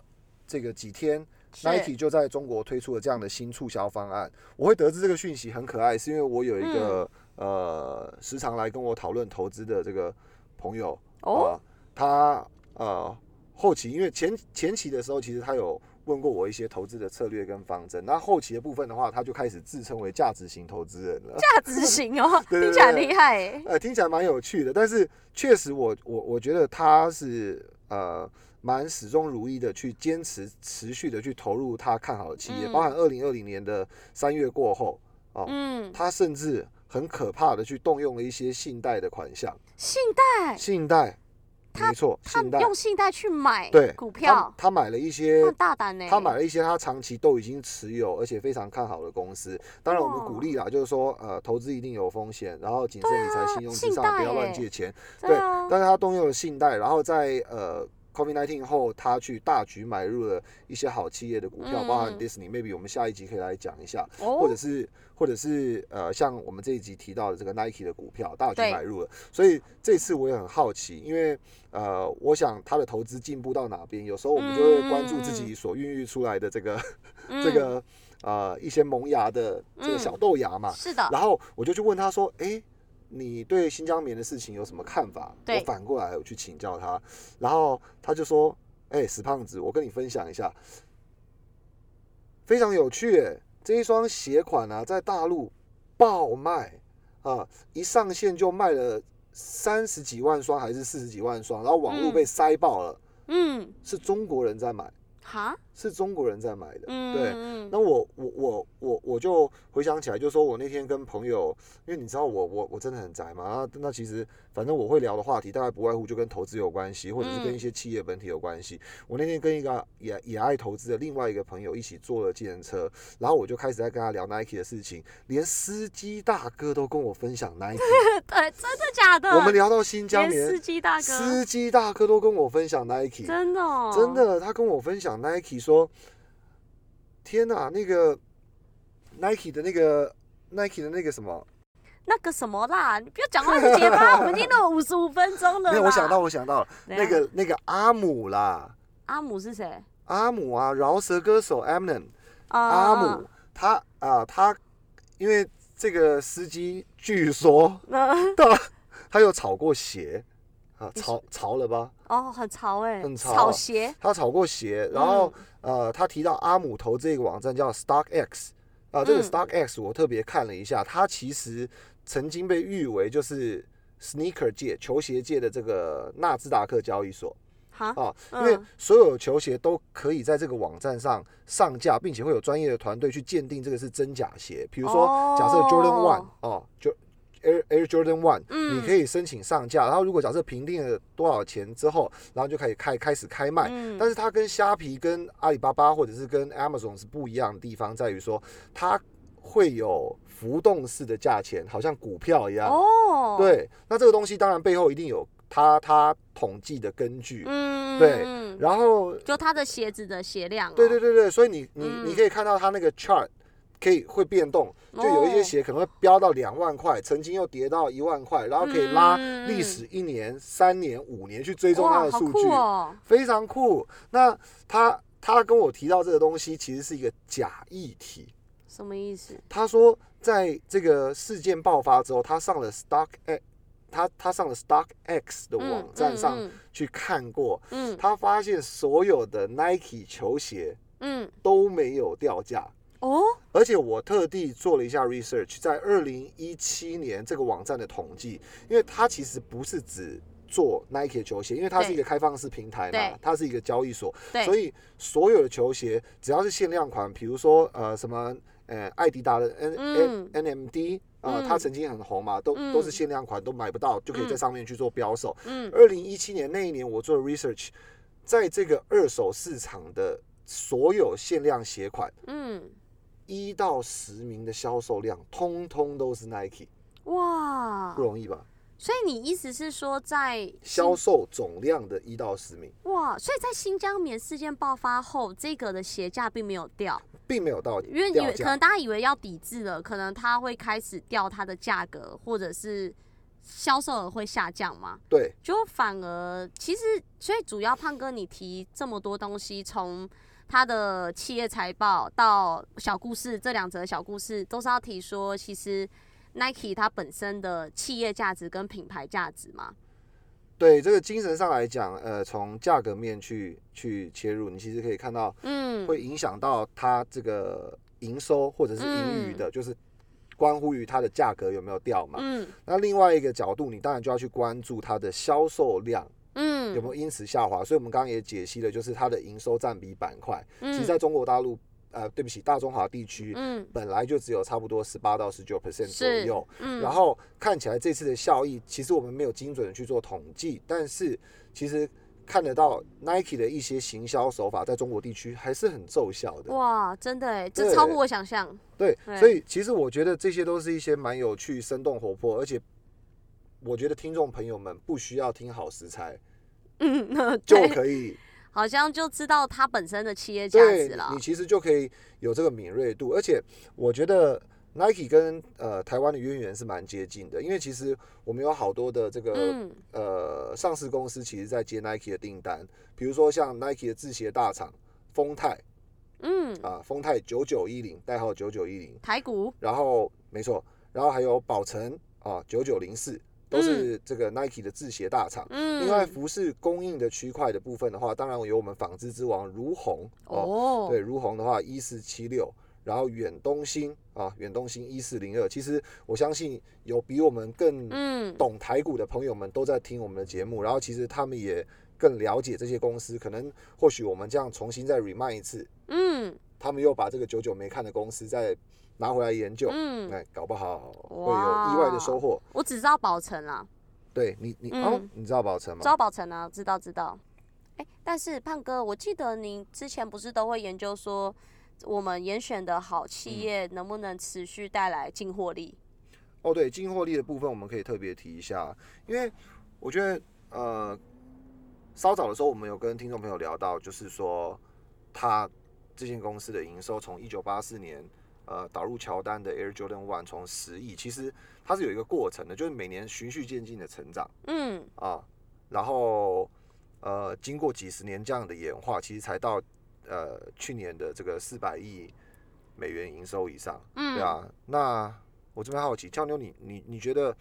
Speaker 1: 这个几天、
Speaker 2: 是
Speaker 1: n i k e 就在中国推出了这样的新促销方案。我会得知这个讯息很可爱，是因为我有一个、
Speaker 2: 嗯
Speaker 1: 呃时常来跟我讨论投资的这个朋友，
Speaker 2: 哦，
Speaker 1: 呃他呃后期因为前前期的时候，其实他有。问过我一些投资的策略跟方针，那后期的部分的话，他就开始自称为价值型投资人了。
Speaker 2: 价值型哦，
Speaker 1: 对对
Speaker 2: 听起来很
Speaker 1: 对
Speaker 2: 厉害、欸。
Speaker 1: 呃，听起来蛮有趣的，但是确实我我我觉得他是呃蛮始终如一的去坚持持续的去投入他看好的企业，
Speaker 2: 嗯
Speaker 1: 包含二零二零年的三月过后，
Speaker 2: 嗯，
Speaker 1: 他甚至很可怕的去动用了一些信贷的款项，
Speaker 2: 信贷，
Speaker 1: 信贷，没错，
Speaker 2: 他
Speaker 1: 信贷，
Speaker 2: 用信贷去买
Speaker 1: 对，
Speaker 2: 股
Speaker 1: 他
Speaker 2: 票，
Speaker 1: 他买了一些
Speaker 2: 他很大胆呢、
Speaker 1: 他买了一些他长期都已经持有而且非常看好的公司。当然，我们鼓
Speaker 2: 哦
Speaker 1: 励啦，就是说，呃，投资一定有风险，然后谨慎理财，信用至
Speaker 2: 啊信
Speaker 1: 上，
Speaker 2: 贷
Speaker 1: 不要乱
Speaker 2: 耶
Speaker 1: 借钱。
Speaker 2: 对
Speaker 1: 对
Speaker 2: 啊，
Speaker 1: 但是他动用了信贷，然后在呃 COVID 1 9后，他去大举买入了一些好企业的股票，包含
Speaker 2: 嗯
Speaker 1: Disney，maybe 我们下一集可以来讲一下，或
Speaker 2: 哦
Speaker 1: 者，是或者是呃像我们这一集提到的这个 Nike 的股票大举
Speaker 2: 对
Speaker 1: 买入了，所以这次我也很好奇，因为呃我想他的投资进步到哪边，有时候我们就会关注自己所孕育出来的这个、 这
Speaker 2: 嗯
Speaker 1: 个呃一些萌芽的这个小豆芽嘛，
Speaker 2: 是的，
Speaker 1: 然后我就去问他说：“哎、你对新疆棉的事情有什么看法？”
Speaker 2: 对
Speaker 1: 我反过来我去请教他，然后他就说：“哎、死胖子，我跟你分享一下，非常有趣、诶这一双鞋款啊，在大陆爆卖啊，一上线就卖了三十几万双还是四十几万双，然后网络
Speaker 2: 嗯
Speaker 1: 被塞爆了，
Speaker 2: 嗯，
Speaker 1: 是中国人在买，
Speaker 2: 哈，
Speaker 1: 是中国人在买的，
Speaker 2: 嗯，
Speaker 1: 对。
Speaker 2: 嗯，
Speaker 1: 那我我我我我就回想起来，就说我那天跟朋友，因为你知道我我我真的很宅嘛，那那其实反正我会聊的话题大概不外乎就跟投资有关系，或者是跟
Speaker 2: 嗯
Speaker 1: 一些企业本体有关系。我那天跟一个也也爱投资的另外一个朋友一起坐了计程车，然后我就开始在跟他聊 Nike 的事情，连司机大哥都跟我分享 Nike，
Speaker 2: 对，嗯呃真的假的？
Speaker 1: 我们聊到新疆，
Speaker 2: 连司
Speaker 1: 连
Speaker 2: 机大哥，
Speaker 1: 司机大哥都跟我分享 Nike，
Speaker 2: 真的、哦，
Speaker 1: 真，的，他跟我分享 Nike 说：“天哪，那个 Nike 的那个 Nike 的那个什么？
Speaker 2: 那个什么啦，你不要讲话是 结巴，我们已经录五十五分钟了。
Speaker 1: 没有，我想到，，我想到了，
Speaker 2: 怎
Speaker 1: 那
Speaker 2: 样
Speaker 1: 个那个阿姆啦，
Speaker 2: 阿姆是谁？
Speaker 1: 阿姆啊，饶舌歌手 Eminem，、
Speaker 2: 啊
Speaker 1: 阿姆，他啊、他因为这个司机据说
Speaker 2: 那、
Speaker 1: 他有炒过鞋啊，潮潮了吧？
Speaker 2: 哦，很潮哎、
Speaker 1: 很潮啊
Speaker 2: 草鞋，
Speaker 1: 他炒过鞋，然后、
Speaker 2: 嗯
Speaker 1: 呃，他提到阿姆投这个网站叫 StockX 啊、这个
Speaker 2: 嗯
Speaker 1: StockX 我特别看了一下，它其实曾经被誉为就是 sneaker 界球鞋界的这个纳斯达克交易所
Speaker 2: 哈，
Speaker 1: 啊，因
Speaker 2: 嗯
Speaker 1: 为所有球鞋都可以在这个网站上上架，并且会有专业的团队去鉴定这个是真假鞋。比如说，假设
Speaker 2: 哦
Speaker 1: Jordan One 哦，就 Air Air Jordan One，、
Speaker 2: 嗯
Speaker 1: 你可以申请上架，然后如果假设评定了多少钱之后，然后就可以开开始开卖。
Speaker 2: 嗯
Speaker 1: 哎但是它跟虾皮、跟阿里巴巴或者是跟 Amazon 是不一样的地方，在于说它会有浮动式的价钱，好像股票一样。
Speaker 2: 哦，，
Speaker 1: 对，那这个东西当然背后一定有它它统计的根据。
Speaker 2: 嗯，
Speaker 1: 对
Speaker 2: 嗯，
Speaker 1: 然后，
Speaker 2: 就他的鞋子的鞋量、哦，
Speaker 1: 对对对对，所以你你、
Speaker 2: 嗯
Speaker 1: 你可以看到它那个 chart 可以会变动，就有一些
Speaker 2: 哦
Speaker 1: 鞋可能会飙到两万块，曾经又跌到一万块，然后可以拉
Speaker 2: 嗯
Speaker 1: 历史一年、三年、五年去追踪它
Speaker 2: 哇，
Speaker 1: 的
Speaker 2: 好
Speaker 1: 数据。
Speaker 2: 酷哦，
Speaker 1: 非常酷。那他他跟我提到这个东西，其实是一个假议题。
Speaker 2: 什么意思？
Speaker 1: 他说，在这个事件爆发之后，他上了 Stock X，他他上了 Stock X 的
Speaker 2: 嗯
Speaker 1: 网站上
Speaker 2: 嗯
Speaker 1: 去看过，
Speaker 2: 嗯
Speaker 1: 他发现所有的 Nike 球鞋
Speaker 2: 嗯嗯
Speaker 1: 都没有掉价。
Speaker 2: 哦，
Speaker 1: 而且我特地做了一下 research，在二零一七年这个网站的统计，因为它其实不是只做 Nike 的球鞋，因为它是一个开放式平台嘛
Speaker 2: 对，
Speaker 1: 它是一个交易所，
Speaker 2: 对，
Speaker 1: 所以所有的球鞋只要是限量款，比如说呃什么呃艾迪达的 N、
Speaker 2: 嗯
Speaker 1: N N M D 啊、
Speaker 2: 嗯
Speaker 1: 它曾经很红嘛，都、
Speaker 2: 嗯
Speaker 1: 都是限量款，都买不到，就可以在上面去做标售。
Speaker 2: 嗯
Speaker 1: 二零一七年那一年，我做的 research，在这个二手市场的所有限量鞋款。
Speaker 2: 嗯，
Speaker 1: 一到十名的销售量，通通都是 Nike，
Speaker 2: 哇
Speaker 1: 不，容易吧？
Speaker 2: 所以你意思是说在
Speaker 1: 销
Speaker 2: 新
Speaker 1: 售总量的一到十名，
Speaker 2: 哇，所以在新疆棉事件爆发后，这个的鞋价并没有掉，
Speaker 1: 并没有到
Speaker 2: 因为以
Speaker 1: 掉
Speaker 2: 为可
Speaker 1: 价
Speaker 2: 能。大家以为要抵制了，可能它会开始掉它的价格，或者是销售额会下降嘛。
Speaker 1: 对，
Speaker 2: 就反而其实，所以主要胖哥你提这么多东西，从他的企业财报到小故事，这两则小故事都是要提说，其实 Nike 它本身的企业价值跟品牌价值嘛。
Speaker 1: 对这个精神上来讲，呃，从价格面去去切入，你其实可以看到，
Speaker 2: 嗯，
Speaker 1: 会影响到它这个营收或者是盈余的，就是关乎于它的价格有没有掉嘛。
Speaker 2: 嗯
Speaker 1: 那另外一个角度，你当然就要去关注它的销售量
Speaker 2: 嗯，
Speaker 1: 有没有因此下滑。所以我们刚刚也解析了，就是它的营收占比板块。其实
Speaker 2: 嗯
Speaker 1: 在中国大陆，呃，对不起，大中华地区、
Speaker 2: 嗯
Speaker 1: 本来就只有差不多十八到十九 percent 左
Speaker 2: 是
Speaker 1: 右，
Speaker 2: 嗯，
Speaker 1: 然后看起来这次的效益，其实我们没有精准的去做统计，但是其实看得到 Nike 的一些行销手法在中国地区还是很奏效的。
Speaker 2: 哇，真的哎，这
Speaker 1: 对
Speaker 2: 超乎我想象。
Speaker 1: 对，
Speaker 2: 对
Speaker 1: 所以其实我觉得这些都是一些蛮有趣、生动活泼，而且我觉得听众朋友们不需要听好食材
Speaker 2: 嗯，
Speaker 1: 就
Speaker 2: 对，
Speaker 1: 可 以
Speaker 2: 好像就知道它本身的企业价
Speaker 1: 对
Speaker 2: 值了
Speaker 1: 你。其实就可以有这个敏锐度，而且我觉得 Nike 跟呃台湾的渊源是蛮接近的，因为其实我们有好多的这个、
Speaker 2: 嗯
Speaker 1: 呃上市公司，其实在接 Nike 的订单，比如说像 Nike 的制鞋大厂丰泰
Speaker 2: 嗯，
Speaker 1: 啊，丰泰九九一零代号九九一零，
Speaker 2: 台股
Speaker 1: 然后没错，然后还有宝城啊九九零四，都是这个 Nike 的制鞋大厂。
Speaker 2: 嗯，
Speaker 1: 另外，服饰供应的区块的部分的话，当然有我们纺织之王如虹哦，
Speaker 2: 哦，
Speaker 1: 对，如虹的话一四七六，然后远东兴啊，远东兴一四零二，其实我相信有比我们更
Speaker 2: 嗯，
Speaker 1: 懂台股的朋友们都在听我们的节目，然后其实他们也更了解这些公司，可能或许我们这样重新再 remind 一次，
Speaker 2: 嗯，
Speaker 1: 他们又把这个久久没看的公司再拿回来研究，
Speaker 2: 嗯，
Speaker 1: 哎，搞不好会有
Speaker 2: 哇
Speaker 1: 意外的收获。
Speaker 2: 我只知道宝城啦，
Speaker 1: 对你，你、
Speaker 2: 嗯
Speaker 1: 哦，你知道宝城
Speaker 2: 知
Speaker 1: 吗？
Speaker 2: 道宝城啊，知道知道。哎、但是胖哥，我记得您之前不是都会研究说，我们严选的好
Speaker 1: 嗯
Speaker 2: 企业能不能持续带来进货力？
Speaker 1: 哦，对，净获利的部分我们可以特别提一下，因为我觉得呃，稍早的时候我们有跟听众朋友聊到，就是说它这间公司的营收从一九八四年呃导入乔丹的 Air Jordan One 从十亿，其实它是有一个过程的，就是每年循序渐进的成长
Speaker 2: 嗯
Speaker 1: 啊，然后呃经过几十年这样的演化，其实才到呃去年的这个四百亿美元营收以上。
Speaker 2: 嗯，
Speaker 1: 对啊，那我这边好奇，俏妞你，你你觉得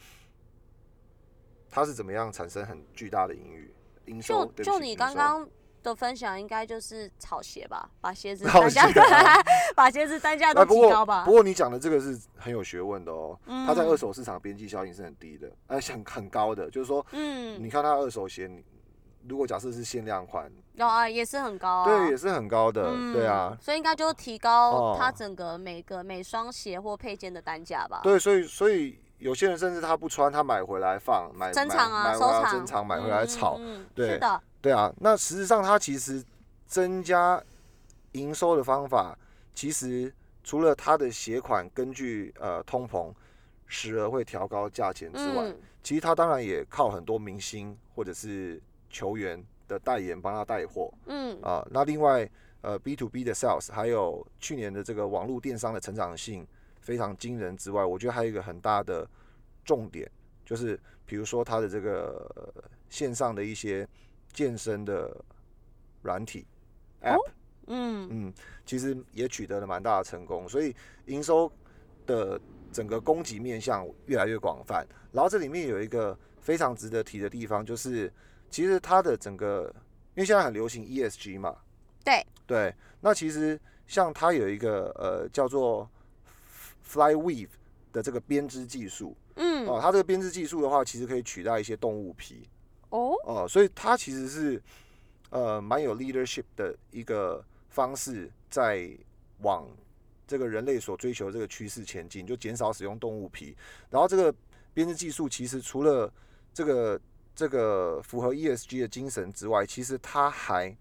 Speaker 1: 它是怎么样产生很巨大的盈余营收
Speaker 2: 就？
Speaker 1: 对不
Speaker 2: 就
Speaker 1: 起
Speaker 2: 你
Speaker 1: 营
Speaker 2: 刚
Speaker 1: 收
Speaker 2: 刚的分享，应该就是炒鞋吧，把鞋子
Speaker 1: 炒
Speaker 2: 单价
Speaker 1: 鞋啊，
Speaker 2: 把鞋子单价
Speaker 1: 哎
Speaker 2: 都
Speaker 1: 不
Speaker 2: 提高
Speaker 1: 过
Speaker 2: 吧
Speaker 1: 不。过你讲的这个是很有学问的哦，
Speaker 2: 嗯
Speaker 1: 它在二手市场边际效应是很低的，而且很很高的，就是说
Speaker 2: 嗯，
Speaker 1: 你看它二手鞋，你如果假设是限量款，
Speaker 2: 有啊，也是很高啊。
Speaker 1: 对，也是很高的，对啊
Speaker 2: 嗯，。所以应该就提高
Speaker 1: 哦
Speaker 2: 它整个每个每双鞋或配件的单价吧。
Speaker 1: 对，所以所以有些人甚至他不穿，他买回来放，买
Speaker 2: 珍藏啊，
Speaker 1: 买买
Speaker 2: 收
Speaker 1: 回来
Speaker 2: 藏，
Speaker 1: 珍藏，买回来
Speaker 2: 嗯
Speaker 1: 炒，
Speaker 2: 嗯嗯
Speaker 1: 对
Speaker 2: 是的，
Speaker 1: 对啊，那实质上它其实增加营收的方法，其实除了它的鞋款根据呃通膨时而会调高价钱之外，
Speaker 2: 嗯，
Speaker 1: 其实它当然也靠很多明星或者是球员的代言帮他带货
Speaker 2: 嗯，
Speaker 1: 啊。那另外呃 B to B 的 sales，还有去年的这个网络电商的成长性非常惊人之外，我觉得还有一个很大的重点，就是比如说它的这个、呃线上的一些健身的软体 app，、
Speaker 2: 嗯，
Speaker 1: 嗯，其实也取得了蛮大的成功，所以营收的整个供给面向越来越广泛。然后这里面有一个非常值得提的地方，就是其实它的整个，因为现在很流行 ESG 嘛，
Speaker 2: 对
Speaker 1: 对，那其实像它有一个呃叫做 Flyweave 的这个编织技术哦、
Speaker 2: 嗯，
Speaker 1: 它这个编织技术的话，其实可以取代一些动物皮，
Speaker 2: 哦，
Speaker 1: 哦，所以它其实是呃蛮有 leadership 的一个方式，在往这个人类所追求的这个趋势前进，就减少使用动物皮。然后这个编织技术其实除了这个这个符合 ESG 的精神之外，其实它还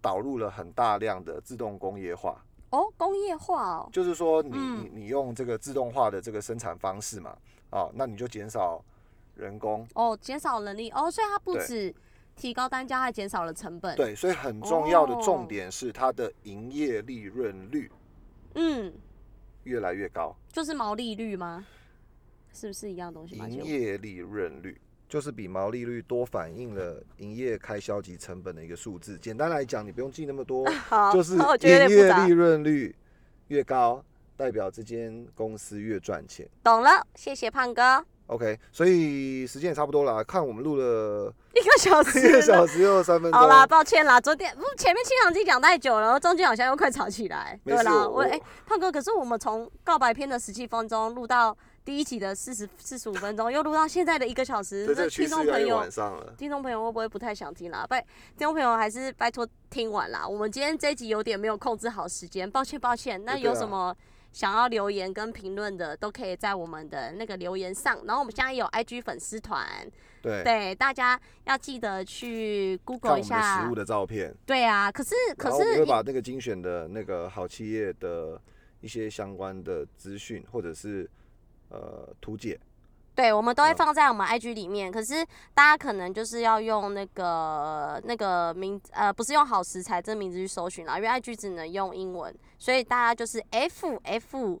Speaker 1: 导入了很大量的自动工业化，
Speaker 2: 哦，工业化哦，
Speaker 1: 就是说你
Speaker 2: 嗯
Speaker 1: 你你用这个自动化的这个生产方式嘛，啊、那你就减少人工
Speaker 2: 哦，减少人力，哦，所以它不
Speaker 1: 对
Speaker 2: 止提高单价，还减少了成本。，
Speaker 1: 对，所以很重要的
Speaker 2: 呃哦
Speaker 1: 重点是它的营业利润率
Speaker 2: 嗯，
Speaker 1: 越来越高，
Speaker 2: 就是毛利率吗？是不是一样东西吗？
Speaker 1: 营
Speaker 2: 就
Speaker 1: 业利润率就是比毛利率多反映了营业开销及成本的一个数字。简单来讲，你不用记那么多，
Speaker 2: 好，
Speaker 1: 就是
Speaker 2: 哦我觉得有
Speaker 1: 营
Speaker 2: 点复
Speaker 1: 业
Speaker 2: 杂
Speaker 1: 利润率越高，代表这间公司越赚钱。
Speaker 2: 懂了，谢谢胖哥，
Speaker 1: OK，所以时间也差不多了，啊看我们录了
Speaker 2: 一个 小
Speaker 1: 一个
Speaker 2: 时了。
Speaker 1: 小时又三分钟。
Speaker 2: 好啦，抱歉啦，昨天不嗯前面清扬机讲太久了，中间好像又快吵起来。
Speaker 1: 没
Speaker 2: 对
Speaker 1: 事
Speaker 2: 啦，
Speaker 1: 我
Speaker 2: 我哎、胖哥，可是我们从告白篇的十七分钟录到第一集的四十四十五分钟，又录到现在的一个小时，
Speaker 1: 对这
Speaker 2: 那
Speaker 1: 个趋
Speaker 2: 听
Speaker 1: 势
Speaker 2: 众
Speaker 1: 越来
Speaker 2: 朋
Speaker 1: 越
Speaker 2: 友
Speaker 1: 晚上了。
Speaker 2: 听众朋友会不会不太想听啦？拜，听众朋友还是拜托听完啦。我们今天这一集有点没有控制好时间，抱歉抱歉。那
Speaker 1: 对啊
Speaker 2: 有什么想要留言跟评论的，都可以在我们的那个留言上。然后我们现在有 IG 粉丝团，
Speaker 1: 对，
Speaker 2: 对大家要记得去
Speaker 1: 看我
Speaker 2: Google
Speaker 1: 们
Speaker 2: 一
Speaker 1: 的
Speaker 2: 下
Speaker 1: 食物。的照片。
Speaker 2: 对啊，可是可
Speaker 1: 然后我们
Speaker 2: 是
Speaker 1: 会把那个精选的那个好企业的一些相关的资讯，或者是呃图解，
Speaker 2: 对，我们都会
Speaker 1: 嗯
Speaker 2: 放在我们 IG 里面。可是大家可能就是要用那个那个名呃，不是用好食材这名字去搜寻啦，因为 IG 只能用英文，所以大家就是 F F，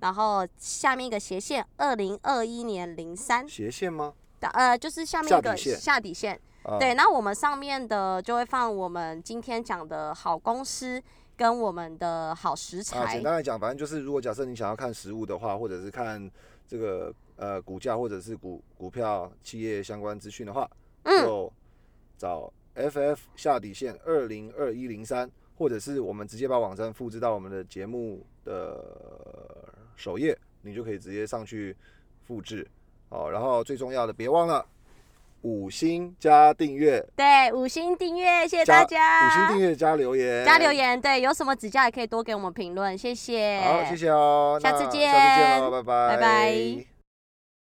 Speaker 2: 然后下面一个斜线，二零二一年零三，
Speaker 1: 斜线吗？
Speaker 2: 呃，就是下面一
Speaker 1: 下
Speaker 2: 个
Speaker 1: 底线
Speaker 2: 下底线。
Speaker 1: 啊、
Speaker 2: 对，那我们上面的就会放我们今天讲的好公司跟我们的好食
Speaker 1: 啊，
Speaker 2: 材
Speaker 1: 简。单来讲，反正就是如果假设你想要看实物的话，或者是看这个呃股价或者是股股票企业相关资讯的话，
Speaker 2: 嗯
Speaker 1: 就找 FF 下底线二零二一零三，或者是我们直接把网站复制到我们的节目的首页，你就可以直接上去复制哦。然后最重要的，别忘了五星加订阅，
Speaker 2: 对，五星订阅，谢谢大家，
Speaker 1: 五星订阅加留言，
Speaker 2: 加留。言，对，有什么指教也可以多给我们评论，谢谢，
Speaker 1: 好，谢谢哦，
Speaker 2: 下
Speaker 1: 那
Speaker 2: 次
Speaker 1: 下次见
Speaker 2: 见
Speaker 1: 喽，拜拜，
Speaker 2: 拜拜。